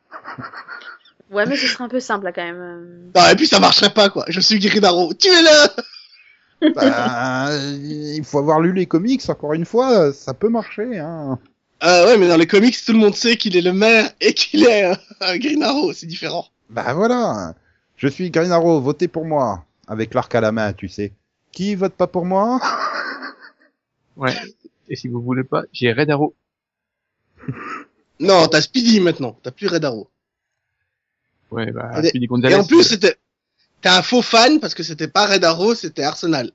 Speaker 4: Ouais, mais ce serait un peu simple, là, quand même. euh.
Speaker 6: Ah, et puis ça marcherait pas, quoi. Je suis Gridaro. Tuez-le! »
Speaker 1: Bah, Il faut avoir lu les comics, encore une fois, ça peut marcher. Hein.
Speaker 6: Ah ouais, mais dans les comics, tout le monde sait qu'il est le maire et qu'il est un, un Green Arrow, c'est différent.
Speaker 1: Bah voilà Je suis Green Arrow, votez pour moi Avec l'arc à la main, tu sais. Qui vote pas pour moi
Speaker 7: Ouais. Et si vous voulez pas, j'ai Red Arrow.
Speaker 6: Non, t'as Speedy maintenant, t'as plus Red Arrow.
Speaker 7: Ouais, bah,
Speaker 6: Et-
Speaker 7: Speedy
Speaker 6: Et
Speaker 7: Gonzalez.
Speaker 6: en plus,
Speaker 7: euh,
Speaker 6: c'était... T'es un faux fan parce que c'était pas Red Arrow, c'était Arsenal.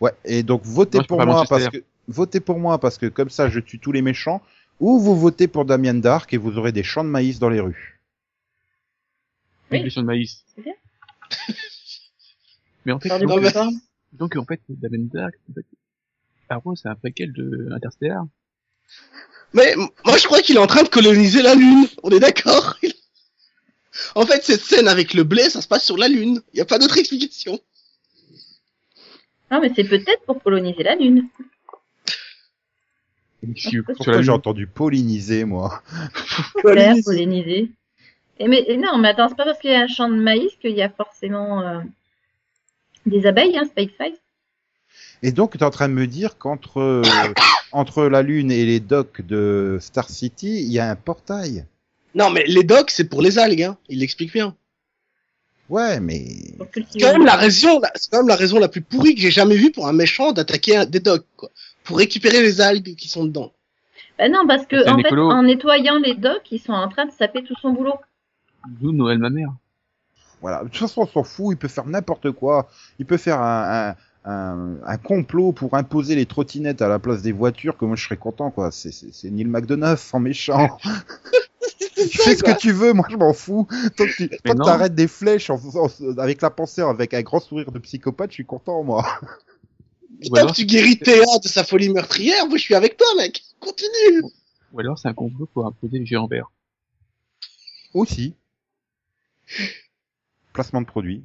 Speaker 1: Ouais, et donc votez
Speaker 7: Moi, je
Speaker 1: pour
Speaker 7: prends
Speaker 1: moi parce
Speaker 7: Manchester.
Speaker 1: que votez pour moi parce que comme ça je tue tous les méchants ou vous votez pour Damien Dark et vous aurez des champs de maïs dans les rues.
Speaker 5: Oui.
Speaker 7: Révolution de maïs.
Speaker 5: C'est bien.
Speaker 7: mais en fait,
Speaker 5: Faire du
Speaker 6: Non,
Speaker 7: donc,
Speaker 6: mais-
Speaker 5: brainstorm.
Speaker 7: donc, en fait, Damien Dark, en fait, Arrow, c'est un préquel de Interstellar.
Speaker 6: Mais m- moi, je crois qu'il est en train de coloniser la Lune, on est d'accord Il- En fait, cette scène avec le blé, ça se passe sur la Lune. Y a pas d'autre explication.
Speaker 5: Non, mais c'est peut-être pour coloniser la Lune.
Speaker 7: Et si vous- sur
Speaker 1: Pourquoi
Speaker 7: la
Speaker 1: j'ai
Speaker 7: Lune,
Speaker 1: entendu polliniser moi
Speaker 5: Faire polliniser. Et mais et non, mais attends, c'est pas parce qu'il y a un champ de maïs qu'il y a forcément euh, des abeilles, hein, Space Five.
Speaker 1: Et donc t'es en train de me dire qu'entre euh, entre la lune et les docks de Star City, il y a un portail.
Speaker 6: Non, mais les docks, c'est pour les algues, hein. Il l'explique bien.
Speaker 1: Ouais, mais
Speaker 5: Pour
Speaker 6: C'est
Speaker 5: cultiver.
Speaker 6: quand même
Speaker 7: Mm.
Speaker 6: la raison, la- c'est quand même la raison la plus pourrie que j'ai jamais vue pour un méchant d'attaquer un- des docks, quoi. Pour récupérer les algues qui sont dedans.
Speaker 5: Bah non, parce que
Speaker 7: C'est un
Speaker 5: en, fait,
Speaker 7: écolo.
Speaker 5: en nettoyant les docks, ils sont en train de saper tout son boulot.
Speaker 7: d'où Noël ma mère.
Speaker 1: voilà, de toute façon on s'en fout, il peut faire n'importe quoi, il peut faire un, un, un, un complot pour imposer les trottinettes à la place des voitures que moi je serais content quoi. C'est c'est c'est Neil McDonough en méchant.
Speaker 6: C'est
Speaker 1: Tu
Speaker 6: ça,
Speaker 1: fais ce
Speaker 6: quoi.
Speaker 1: que tu veux, moi je m'en fous. Tant que tu tant que
Speaker 7: non.
Speaker 1: t'arrêtes des flèches en, en- avec la pensée, avec un grand sourire de psychopathe, je suis content moi.
Speaker 7: Ou
Speaker 6: Putain,
Speaker 7: alors,
Speaker 6: tu guéris Théa de sa folie meurtrière, moi je suis avec toi, mec. Continue.
Speaker 7: Ou alors, c'est un complot pour imposer le géant vert.
Speaker 1: Aussi. Placement de produit.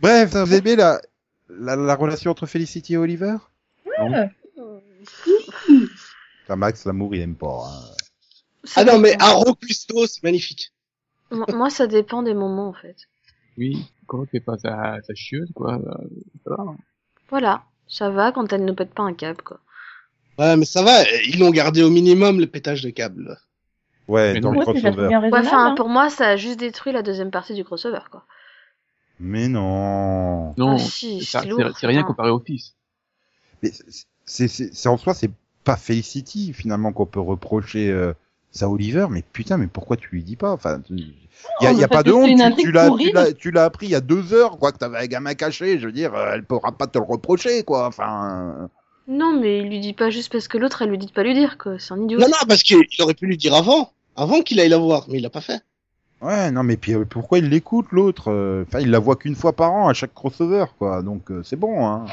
Speaker 1: Bref, vous aimez la, la, la relation entre Felicity et Oliver Putain, Max, l'amour, il aime pas. hein.
Speaker 6: Ah non, mais Haro Custo, c'est magnifique.
Speaker 4: Moi, moi, ça dépend des moments, en fait.
Speaker 7: Oui, quand elle fait pas sa, sa chieuse, quoi, euh, ça
Speaker 6: Oh.
Speaker 7: va. hein.
Speaker 4: Voilà, ça va quand elle ne pète pas un câble, quoi.
Speaker 6: Ouais, mais ça va, ils l'ont gardé au minimum le pétage de câble.
Speaker 1: Ouais,
Speaker 7: Mais
Speaker 1: dans
Speaker 7: non.
Speaker 1: le
Speaker 5: Moi, c'est
Speaker 1: crossover.
Speaker 5: bien
Speaker 4: Ouais,
Speaker 5: raisonnable.
Speaker 4: enfin,
Speaker 5: hein.
Speaker 4: pour moi, ça a juste détruit la deuxième partie du crossover, quoi.
Speaker 1: Mais non.
Speaker 7: Non,
Speaker 6: Oh,
Speaker 4: Ah, si,
Speaker 7: ça-
Speaker 4: c'est
Speaker 7: c'est
Speaker 4: lourd.
Speaker 7: c'est rien
Speaker 4: putain.
Speaker 7: comparé au fils.
Speaker 1: Mais c'est, c'est, c'est- en soi, c'est pas Felicity finalement qu'on peut reprocher euh, ça à Oliver, mais putain, mais pourquoi tu lui dis pas Enfin, tu- y a,
Speaker 5: on
Speaker 1: y a
Speaker 5: a
Speaker 1: pas
Speaker 5: fait
Speaker 1: de
Speaker 5: juste une
Speaker 1: honte. Tu,
Speaker 5: intrigue
Speaker 1: tu l'as, tu
Speaker 5: pourrie,
Speaker 1: l'as, tu l'as appris il y a deux heures, quoi, que t'avais un gamin caché. Je veux dire, euh, elle pourra pas te le reprocher, quoi. Enfin, euh,
Speaker 4: Non, mais il lui dit pas juste parce que l'autre, elle lui dit de pas lui dire, quoi. C'est un idiot.
Speaker 6: Non, non, parce qu'il il aurait pu lui dire avant, avant qu'il aille la voir, mais il l'a pas fait.
Speaker 1: ouais, non, mais puis euh, pourquoi il l'écoute l'autre Euh, Enfin, il la voit qu'une fois par an à chaque crossover, quoi. Donc euh, c'est bon, hein.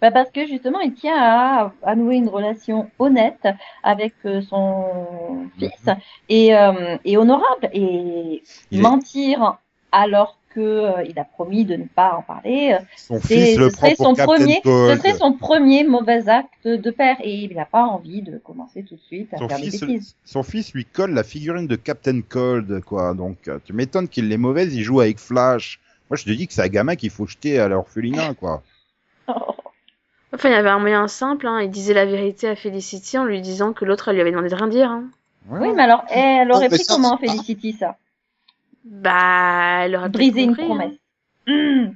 Speaker 5: Bah, parce que justement, il tient à, à nouer une relation honnête avec euh, son fils et, euh, et honorable. Et
Speaker 1: Mhm. Il est-
Speaker 5: mentir alors que euh, il a promis de ne pas en parler, euh,
Speaker 1: Son
Speaker 5: c'est-
Speaker 1: fils le
Speaker 5: ce
Speaker 1: prend
Speaker 5: serait
Speaker 1: pour
Speaker 5: son
Speaker 1: Captain
Speaker 5: premier, ce
Speaker 1: Cold.
Speaker 5: serait son premier mauvais acte de père et il n'a pas envie de commencer tout de suite à
Speaker 1: Son
Speaker 5: faire des bêtises.
Speaker 1: fils, son fils lui colle la figurine de Captain Cold, quoi. Donc, euh, tu m'étonnes qu'il l'ait mauvaise, il joue avec Flash. Moi, je te dis que c'est un gamin qu'il faut jeter à l'orphelinat, quoi.
Speaker 5: Oh.
Speaker 4: Enfin, il y avait un moyen simple, hein. Il disait la vérité à Felicity en lui disant que l'autre, elle lui avait demandé de rien dire, hein.
Speaker 1: Voilà.
Speaker 5: Oui, mais alors, eh, elle aurait
Speaker 6: Non, mais
Speaker 5: pris
Speaker 6: ça,
Speaker 5: comment
Speaker 6: c'est pas-
Speaker 5: Felicity ça
Speaker 4: Bah, elle aurait peut-être
Speaker 5: Briser une
Speaker 4: compris, hein.
Speaker 5: promesse. Hmm.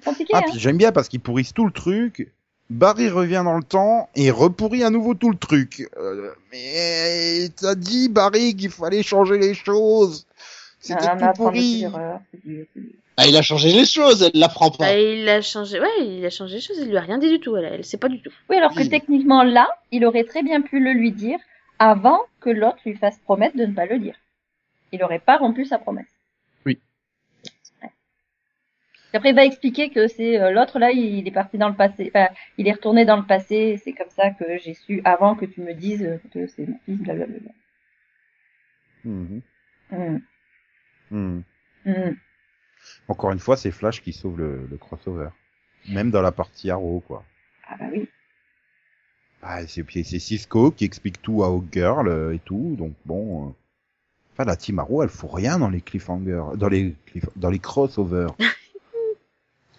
Speaker 5: C'est compliqué,
Speaker 1: Ah,
Speaker 5: hein
Speaker 1: puis j'aime bien parce qu'il pourrissent tout le truc. Barry revient dans le temps et repourrit à nouveau tout le truc. Euh, mais t'as dit, Barry, qu'il fallait changer les choses. C'était
Speaker 5: Ah, mais
Speaker 1: tout
Speaker 5: apprendre
Speaker 1: pourri.
Speaker 5: sur euh, l'erreur, c'est du- c'est du-
Speaker 6: Ah, il a changé les choses, elle l'apprend pas.
Speaker 7: Ah,
Speaker 4: Bah, il a changé, ouais, il a changé les choses, il lui a rien dit du tout, elle, elle sait pas du tout.
Speaker 5: Oui, alors que
Speaker 1: Oui.
Speaker 5: techniquement, là, il aurait très bien pu le lui dire avant que l'autre lui fasse promettre de ne pas le dire. Il aurait pas rompu sa promesse. Puis après, il va expliquer que c'est euh, l'autre là, il est parti dans le passé, enfin, il est retourné dans le passé, et c'est comme ça que j'ai su avant que tu me dises euh, que c'est mon fils, blablabla.
Speaker 1: Mhm.
Speaker 5: Hmm,
Speaker 1: Mhm.
Speaker 5: hmm.
Speaker 1: Encore une fois, c'est Flash qui sauve le, le crossover. Même dans la partie Arrow, quoi.
Speaker 5: Ah bah oui.
Speaker 1: Ah, et c'est puis c'est Cisco qui explique tout à Hawkgirl euh, et tout, donc bon. euh. Enfin, la team Arrow, elle fout rien dans les cliffhangers, dans les cliff- dans les crossovers.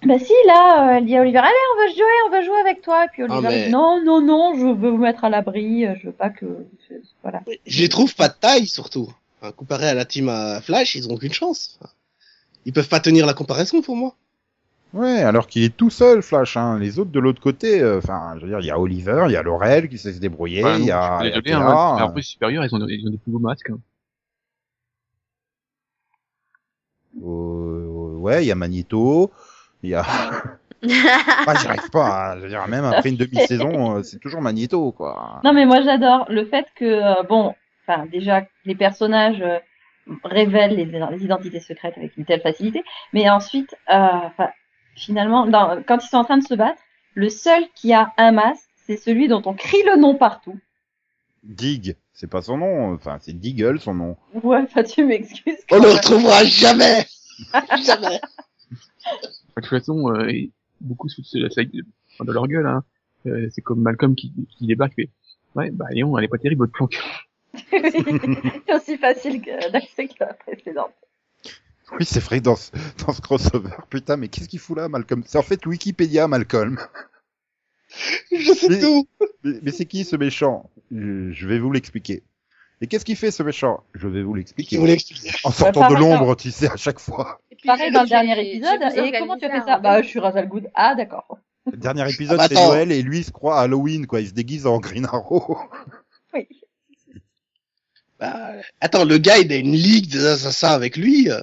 Speaker 5: Bah si, là, euh, elle dit à Oliver, allez, on va jouer, on va jouer avec toi. Et puis Oliver
Speaker 6: Ah, mais-
Speaker 5: dit, non, non, non, je veux vous mettre à l'abri, euh, je veux pas que... Voilà.
Speaker 6: Je les trouve pas de taille, surtout. Enfin, comparé à la team à Flash, ils ont aucune chance. Enfin, Ils peuvent pas tenir la comparaison pour moi.
Speaker 1: ouais, alors qu'il est tout seul, Flash. Hein. Les autres de l'autre côté, euh, enfin, je veux dire, il y a Oliver, il y a Laurel qui sait se débrouiller, il
Speaker 7: Bah, non,
Speaker 1: y
Speaker 7: je
Speaker 1: a,
Speaker 7: suis
Speaker 1: il Eh, y a
Speaker 7: désolé,
Speaker 1: Terra,
Speaker 7: hein,
Speaker 1: hein.
Speaker 7: en plus, supérieur, ils ont, ils ont des plus beaux masques. hein.
Speaker 1: Euh, ouais, il y a Magneto, il y a. ah, j'y arrive pas. hein. Je veux dire, même après une demi-saison, euh, c'est toujours Magneto, quoi.
Speaker 5: Non mais moi j'adore le fait que euh, bon, enfin déjà les personnages euh, révèlent les, les identités secrètes avec une telle facilité, mais ensuite euh, enfin, finalement dans- quand ils sont en train de se battre, le seul qui a un masque, c'est celui dont on crie le nom partout.
Speaker 1: Dig, c'est pas son nom. Enfin, c'est Diggle son nom.
Speaker 5: Ouais, enfin tu m'excuses. quand
Speaker 1: Oh,
Speaker 6: On le
Speaker 5: même.
Speaker 6: retrouvera jamais Jamais
Speaker 7: De toute façon, euh, et beaucoup se foutent de la sa- enfin, de leur gueule. Hein. Euh, c'est comme Malcolm qui, qui débarque et fait « Ouais, bah Léon, elle est pas terrible, votre planque.
Speaker 5: c'est aussi facile que- d'accès que la précédente.
Speaker 1: Oui, c'est vrai dans ce, dans ce crossover. Putain, mais qu'est-ce qu'il fout là, Malcolm C'est en fait Wikipédia, Malcolm.
Speaker 6: Je sais
Speaker 1: Mais-
Speaker 6: tout
Speaker 1: Mais, mais c'est qui ce méchant Euh, Je vais vous l'expliquer. Et qu'est-ce qu'il fait ce méchant Je vais vous
Speaker 6: Qui
Speaker 1: l'expliquer.
Speaker 6: voulait expliquer
Speaker 1: En sortant
Speaker 5: par
Speaker 1: de
Speaker 5: rapport-
Speaker 1: l'ombre, tu sais, à chaque fois.
Speaker 4: Et puis,
Speaker 5: Pareil
Speaker 4: je-
Speaker 5: dans le
Speaker 4: je-
Speaker 5: dernier
Speaker 4: je- je
Speaker 5: épisode.
Speaker 4: vous
Speaker 5: Et
Speaker 4: organise
Speaker 5: comment tu as
Speaker 4: ça,
Speaker 5: fait
Speaker 4: hein.
Speaker 5: ça Bah je suis Razal Good. Ah d'accord.
Speaker 1: Le dernier épisode,
Speaker 6: Ah bah
Speaker 1: c'est
Speaker 6: attends.
Speaker 1: Noël et lui, il se croit à Halloween, quoi. Il se déguise en Green Arrow.
Speaker 5: Oui.
Speaker 6: Bah, Attends, le gars, il a une ligue des assassins avec lui. euh.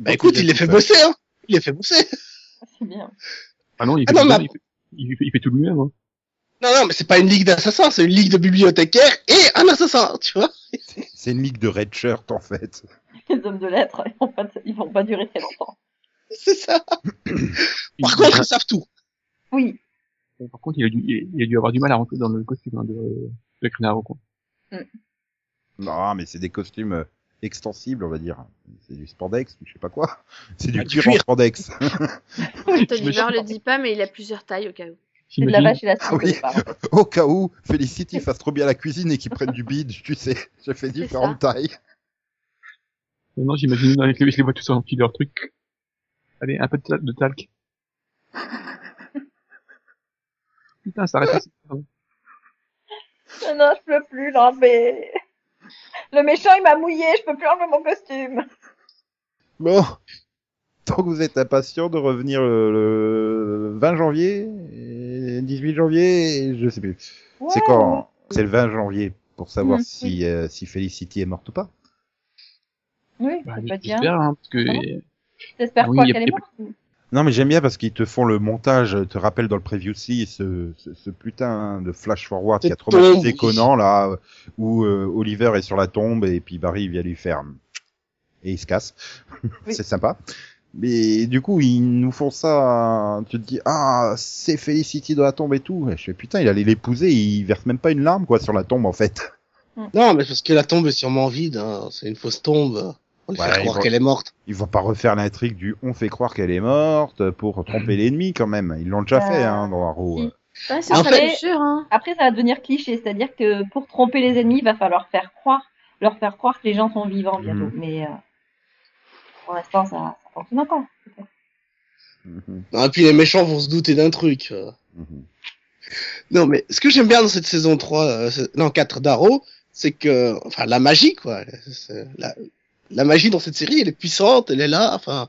Speaker 6: Bah
Speaker 1: Donc,
Speaker 6: écoute,
Speaker 1: il est
Speaker 6: il les
Speaker 1: tout
Speaker 6: fait
Speaker 1: seul.
Speaker 6: bosser, hein Il les fait bosser
Speaker 5: C'est bien.
Speaker 7: Ah non, il
Speaker 6: Ah
Speaker 7: fait,
Speaker 6: non,
Speaker 7: tout,
Speaker 6: mais-
Speaker 7: il fait- il fait- il fait tout lui-même. Hein.
Speaker 6: Non, non, mais c'est pas une ligue d'assassins, c'est une ligue de bibliothécaires et un assassin, tu vois
Speaker 1: C'est une ligue de red shirt, en fait.
Speaker 5: Les hommes de lettres, ils vont pas, ils vont pas durer très longtemps.
Speaker 6: C'est ça.
Speaker 7: Il-
Speaker 6: Par contre, ils savent tout.
Speaker 5: Oui.
Speaker 7: il- par contre, il a, dû, il il a dû avoir du mal à rentrer dans le costume hein, de, de Green Arrow, quoi.
Speaker 1: Non, mais c'est des costumes euh, extensibles, on va dire. C'est du spandex ou je sais pas quoi. C'est du
Speaker 6: Ah, du
Speaker 1: cuir en
Speaker 6: cuir.
Speaker 1: spandex.
Speaker 4: Oliver
Speaker 7: J'imagine-
Speaker 4: le dit pas, mais il a plusieurs tailles au cas où.
Speaker 5: C'est de la vache et la soupe,
Speaker 1: Ah oui.
Speaker 5: au départ.
Speaker 1: Au cas où Felicity fasse trop bien la cuisine et qu'ils prennent du bide, tu sais. J'ai fait différentes tailles.
Speaker 7: Non, j'imagine avec les, je les vois tous en fil leur truc. Allez, un peu de, tal- de talc. Putain, ça reste assez...
Speaker 5: Non, non, je peux plus l'enlever. Le méchant, il m'a mouillé, je peux plus enlever mon costume.
Speaker 1: Bon. Tant que vous êtes impatient de revenir le, le 20 janvier, et 18 janvier, et je sais plus. C'est quand C'est le 20 janvier pour savoir
Speaker 5: Mm,
Speaker 1: si, euh, si Felicity est morte ou pas.
Speaker 5: Oui,
Speaker 7: Bah,
Speaker 5: ça peut être bien.
Speaker 7: j'espère, hein, parce que...
Speaker 5: Ah T'espères
Speaker 7: Oui,
Speaker 5: quoi
Speaker 7: y a-
Speaker 5: qu'elle
Speaker 7: y
Speaker 5: est
Speaker 7: a-
Speaker 5: morte
Speaker 1: Non, mais j'aime bien parce qu'ils te font le montage, te rappellent dans le preview si ce, ce, ce putain de flash forward qui a
Speaker 6: Cette
Speaker 1: traumatisé
Speaker 6: tombe.
Speaker 1: Conan là, où euh, Oliver est sur la tombe et puis Barry vient lui faire et il se casse.
Speaker 5: Oui.
Speaker 1: c'est sympa. Mais du coup, ils nous font ça. Tu te dis ah c'est Felicity dans la tombe et tout. Et je fais putain, il allait l'épouser, il verse même pas une larme quoi sur la tombe en fait.
Speaker 6: Non, mais parce que la tombe est sûrement vide, hein. c'est une fausse tombe. On lui
Speaker 1: Ouais,
Speaker 6: fait
Speaker 1: ils
Speaker 6: croire
Speaker 1: vont-
Speaker 6: qu'elle est morte.
Speaker 1: Ils vont pas refaire l'intrigue du on fait croire qu'elle est morte pour tromper l'ennemi quand même. Ils l'ont déjà
Speaker 5: Bah,
Speaker 1: fait hein, dans Arrow.
Speaker 5: si.
Speaker 4: Ouais,
Speaker 6: En
Speaker 4: ça serait
Speaker 5: fait-
Speaker 4: plus sûr, hein.
Speaker 5: Après, ça va devenir cliché, c'est-à-dire que pour tromper les ennemis, il va falloir faire croire, leur faire croire que les gens sont vivants bientôt.
Speaker 1: Mhm.
Speaker 5: Mais euh, pour l'instant, ça, ça fonctionne encore.
Speaker 1: Mhm,
Speaker 6: Non, et puis les méchants vont se douter d'un truc. euh.
Speaker 1: mhm.
Speaker 6: Non, mais ce que j'aime bien dans cette saison 3, euh, c'est- non, 4 d'Arrow, c'est que, enfin, la magie, quoi. C'est- La... la magie dans cette série, elle est puissante, elle est là, enfin.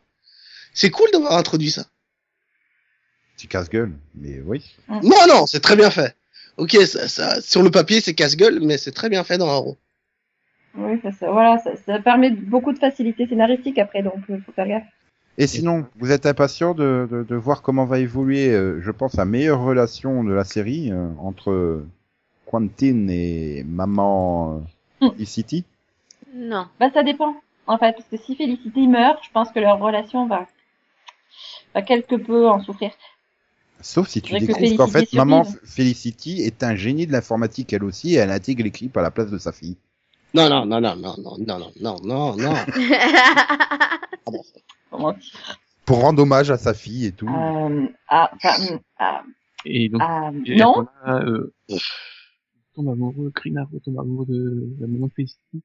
Speaker 6: C'est cool d'avoir introduit ça.
Speaker 1: Petit casse-gueule, mais oui.
Speaker 6: Non, non, c'est très bien fait. Ok, ça, ça, sur le papier, c'est casse-gueule, mais c'est très bien fait dans Arrow.
Speaker 5: Oui, ça, ça- voilà, ça, ça permet beaucoup de facilité scénaristique après, donc euh, faut faire gaffe.
Speaker 1: Et sinon, vous êtes impatient de, de, de voir comment va évoluer, euh, je pense, la meilleure relation de la série euh, entre Quentin et maman euh,
Speaker 5: Hmm.
Speaker 1: Felicity
Speaker 4: Non.
Speaker 5: Bah, ça dépend, en fait, parce que si Félicité meurt, je pense que leur relation va va quelque peu en souffrir.
Speaker 1: Sauf si tu
Speaker 5: Faudrait que
Speaker 1: découvres qu'en
Speaker 5: Felicity
Speaker 1: fait, maman
Speaker 5: survive.
Speaker 1: Felicity est un génie de l'informatique elle aussi et elle intègre les clips à la place de sa fille.
Speaker 6: Non, non, non, non, non, non, non, non, non, non.
Speaker 5: Comment-
Speaker 1: Pour rendre hommage à sa fille et tout.
Speaker 5: Euh, ah, enfin, hum, ah,
Speaker 7: Et Mm. donc,
Speaker 5: ah,
Speaker 7: et
Speaker 5: non,
Speaker 7: Fiona, euh, tombe amoureux, Crinaro tombe amoureux de la maman de Felicity.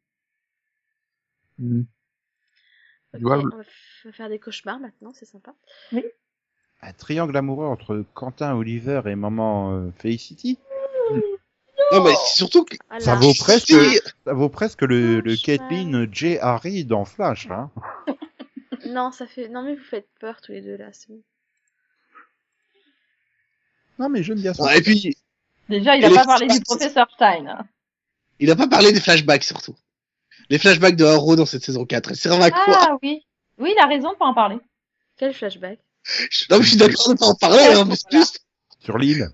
Speaker 7: Hmm.
Speaker 4: Ok,
Speaker 7: Voilà.
Speaker 4: on va f- faire des cauchemars maintenant, c'est sympa.
Speaker 1: Un triangle amoureux entre Quentin, Oliver et maman euh, Felicity.
Speaker 6: non, mais c'est surtout que...
Speaker 4: Ah
Speaker 1: Ça
Speaker 4: là.
Speaker 1: vaut presque, euh,
Speaker 6: Si,
Speaker 1: ça vaut presque le, le
Speaker 4: Franchement.
Speaker 1: Caitlyn J. Harry dans Flash. Hein.
Speaker 4: Non, ça fait. Non, mais vous faites peur tous les deux là. c'est bon.
Speaker 1: Non mais j'aime bien ça.
Speaker 6: Ouais, et puis,
Speaker 5: déjà, il a
Speaker 6: Elle
Speaker 5: pas
Speaker 6: est-
Speaker 5: parlé du professeur Stein. hein.
Speaker 6: il a pas parlé des flashbacks, surtout. Les flashbacks de Haro dans cette saison 4, elles servent à quoi
Speaker 5: Ah oui, oui, il a raison de pas en parler.
Speaker 4: Quel flashback
Speaker 6: Je- Non, mais je suis d'accord de pas en parler, hein, mais c'est
Speaker 5: Voilà.
Speaker 6: plus...
Speaker 1: Sur l'île.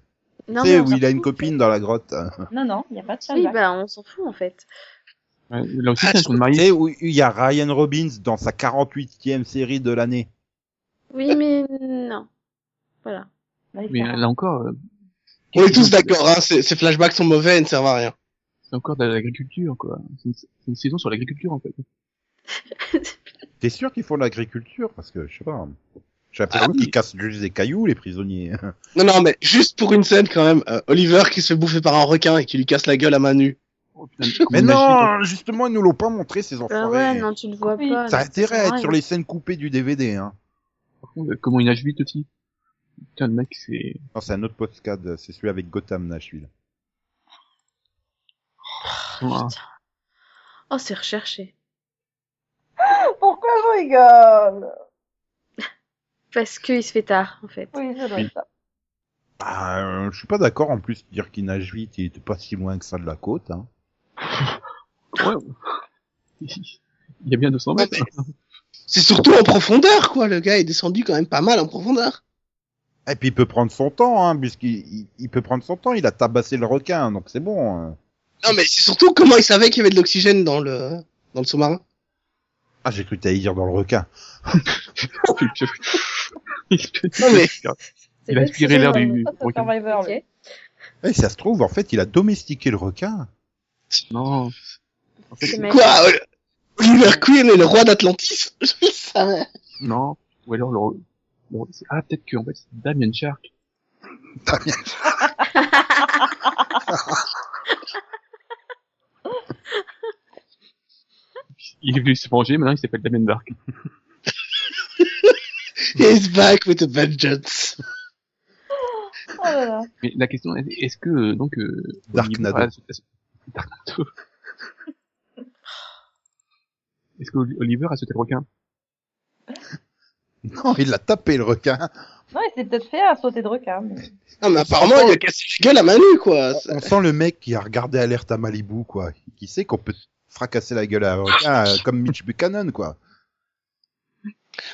Speaker 4: Non,
Speaker 1: tu sais,
Speaker 4: mais on
Speaker 1: où
Speaker 4: s'en
Speaker 1: il a une
Speaker 4: fout.
Speaker 1: copine dans la grotte. hein.
Speaker 7: Ah.
Speaker 5: Non, non, il n'y a pas de
Speaker 4: Oui,
Speaker 5: flashback.
Speaker 4: bah on s'en fout en fait.
Speaker 7: Ouais, là aussi,
Speaker 6: Ah,
Speaker 7: c'est un
Speaker 6: je-
Speaker 7: coup de
Speaker 1: Tu
Speaker 7: mariée.
Speaker 1: sais, où il y a Ryan Robbins dans sa 48e série de l'année.
Speaker 4: Oui, mais non. Voilà.
Speaker 5: Bah, il
Speaker 7: Mais
Speaker 5: fait rien.
Speaker 7: là encore, euh,
Speaker 6: On est tous d'accord, hein, ces, ces flashbacks sont mauvais, elles ne servent à rien.
Speaker 7: c'est encore de l'agriculture, quoi. C'est une, c'est une saison sur l'agriculture, en fait.
Speaker 1: T'es sûr qu'ils font de l'agriculture Parce que, je sais pas. J'ai
Speaker 6: Ah
Speaker 1: l'impression
Speaker 6: oui.
Speaker 1: qu'ils cassent juste des cailloux, les prisonniers.
Speaker 6: Non, non, mais juste pour une scène, quand même, euh, Oliver qui se fait bouffer par un requin et qui lui casse la gueule à main nue.
Speaker 7: Oh, putain, je
Speaker 1: Mais
Speaker 7: m'imagine pas.
Speaker 1: non, justement, ils nous l'ont pas montré, ces
Speaker 4: Ah
Speaker 1: enfoirés.
Speaker 4: ouais, non, tu le vois
Speaker 5: Oui.
Speaker 4: pas.
Speaker 1: Oh, Ça a
Speaker 4: non,
Speaker 1: intérêt à
Speaker 4: sert
Speaker 1: être sur
Speaker 4: rien.
Speaker 1: les scènes coupées du DVD. Hein.
Speaker 7: Par contre, euh, comment il nage vite aussi Putain, le mec, c'est...
Speaker 1: Non, c'est un autre podcast, c'est celui avec Gotham Nashville. hein.
Speaker 7: Ah,
Speaker 4: Oh, c'est recherché.
Speaker 5: Pourquoi je rigole
Speaker 4: Parce qu'il se fait tard en fait.
Speaker 5: Oui, ça doit être ça.
Speaker 1: Bah, euh, je suis pas d'accord en plus de dire qu'il nage vite, il était pas si loin que ça de la côte. Hein.
Speaker 7: il y a bien 200 mètres. hein.
Speaker 6: C'est surtout en profondeur, quoi. Le gars est descendu quand même pas mal en profondeur.
Speaker 1: Et puis il peut prendre son temps, hein, puisqu'il il, il peut prendre son temps, il a tabassé le requin, donc c'est bon. hein.
Speaker 6: Non, mais c'est surtout comment il savait qu'il y avait de l'oxygène dans le, dans le sous-marin.
Speaker 1: Ah, j'ai cru t'allais dire dans le requin.
Speaker 6: Non, mais-
Speaker 4: C'est
Speaker 7: Il a
Speaker 4: vrai que
Speaker 7: aspiré
Speaker 4: c'est-
Speaker 7: l'air
Speaker 5: Ouais,
Speaker 7: du...
Speaker 5: ça, hein. c'est
Speaker 7: requin.
Speaker 5: Survivor, lui.
Speaker 4: Ok.
Speaker 1: Et Eh, ça se trouve, en fait, il a domestiqué le requin.
Speaker 7: Non. En
Speaker 4: C'est
Speaker 7: fait, c'est-
Speaker 4: ma-
Speaker 6: Quoi? euh, Oliver Queen est le roi d'Atlantis? Je le savais.
Speaker 7: Non. Ou alors, le... le- c'est- Ah, peut-être que, en fait, c'est Damien Shark.
Speaker 1: Damien.
Speaker 7: Il est venu se venger, maintenant il s'appelle Damien Dark.
Speaker 6: He's back with a vengeance.
Speaker 5: Oh là là.
Speaker 7: Mais la question est, est-ce que, euh, donc, euh,
Speaker 1: Dark
Speaker 7: Oliver
Speaker 1: Nado.
Speaker 7: a la- la- Dark Nado. Est-ce que Oli- Oliver a sauté le requin?
Speaker 1: Non, il l'a tapé le requin.
Speaker 5: Non, il s'est peut-être fait à sauter de requin. mais-
Speaker 6: Non, mais apparemment, il a cassé la gueule à Manu, quoi. C'est-
Speaker 1: On sent le mec qui a regardé Alerte à Malibu, quoi. Qui sait qu'on peut fracasser la gueule à un requin euh, comme Mitch Buchanan, quoi.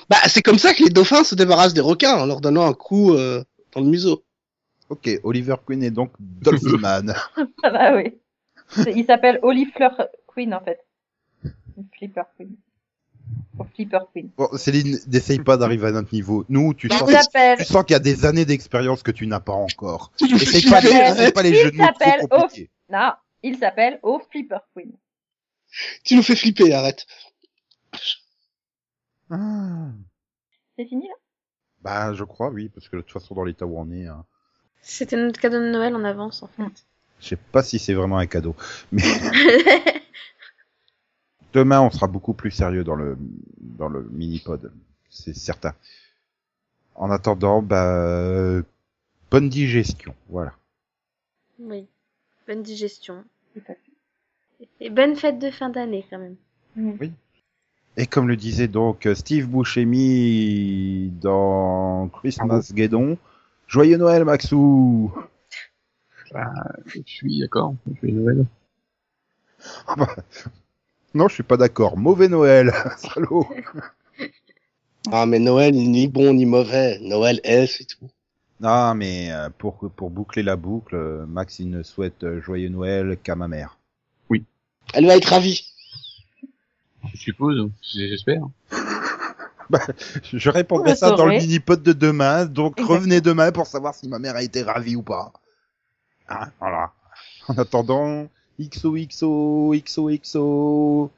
Speaker 6: Bah, c'est comme ça que les dauphins se débarrassent des requins, en leur donnant un coup, euh, dans le museau.
Speaker 1: Ok, Oliver Queen est donc Dolphin Man.
Speaker 5: Ah bah oui. C'est- Il s'appelle Olive Fleur Queen, en fait. Une Flipper Queen. Ou Flipper Queen.
Speaker 1: Bon, Céline, n'essaye pas d'arriver à notre niveau. Nous, tu
Speaker 5: Il
Speaker 1: sens,
Speaker 5: s'appelle,
Speaker 1: tu sens qu'il y a des années d'expérience que tu n'as pas encore. Essaye
Speaker 6: Il
Speaker 1: pas,
Speaker 6: fait-
Speaker 1: essaye pas les
Speaker 5: Il
Speaker 1: jeux de mots trop
Speaker 5: s'appelle
Speaker 1: compliqués.
Speaker 5: non, il s'appelle au Flipper Queen.
Speaker 6: Tu nous fais flipper, arrête.
Speaker 1: Ah.
Speaker 5: C'est fini, là?
Speaker 1: Bah, je crois, oui, parce que de toute façon, dans l'état où on est, hein,
Speaker 4: C'était notre cadeau de Noël en avance en
Speaker 1: je sais pas si c'est vraiment un cadeau.
Speaker 4: fait.
Speaker 1: Demain, on sera beaucoup plus sérieux dans le, dans le mini-pod. C'est certain. En attendant, bah, euh, bonne digestion. Voilà.
Speaker 4: oui. Bonne digestion.
Speaker 5: Tout à
Speaker 4: Et bonne fête de fin d'année quand même.
Speaker 5: Mm.
Speaker 1: Et comme le disait donc Steve Buscemi dans Christmas Guédon, Joyeux Noël, Maxou
Speaker 7: Je suis d'accord. Je fais une nouvelle.
Speaker 1: Non, je suis pas d'accord. Mauvais Noël, salaud
Speaker 6: Ah, mais Noël, ni bon, ni mauvais. Noël est, c'est tout.
Speaker 1: Non, mais euh, pour, pour boucler la boucle, euh, Max, il ne souhaite euh, Joyeux Noël qu'à ma mère.
Speaker 6: Elle va être ravie.
Speaker 7: Je suppose. J'espère.
Speaker 1: Je répondrai
Speaker 5: Vous
Speaker 1: ça dans le
Speaker 5: saurez.
Speaker 1: mini-pod de demain, donc
Speaker 5: Exactement.
Speaker 1: revenez demain pour savoir si ma mère a été ravie ou pas. Hein, voilà. En attendant, XOXO, XOXO,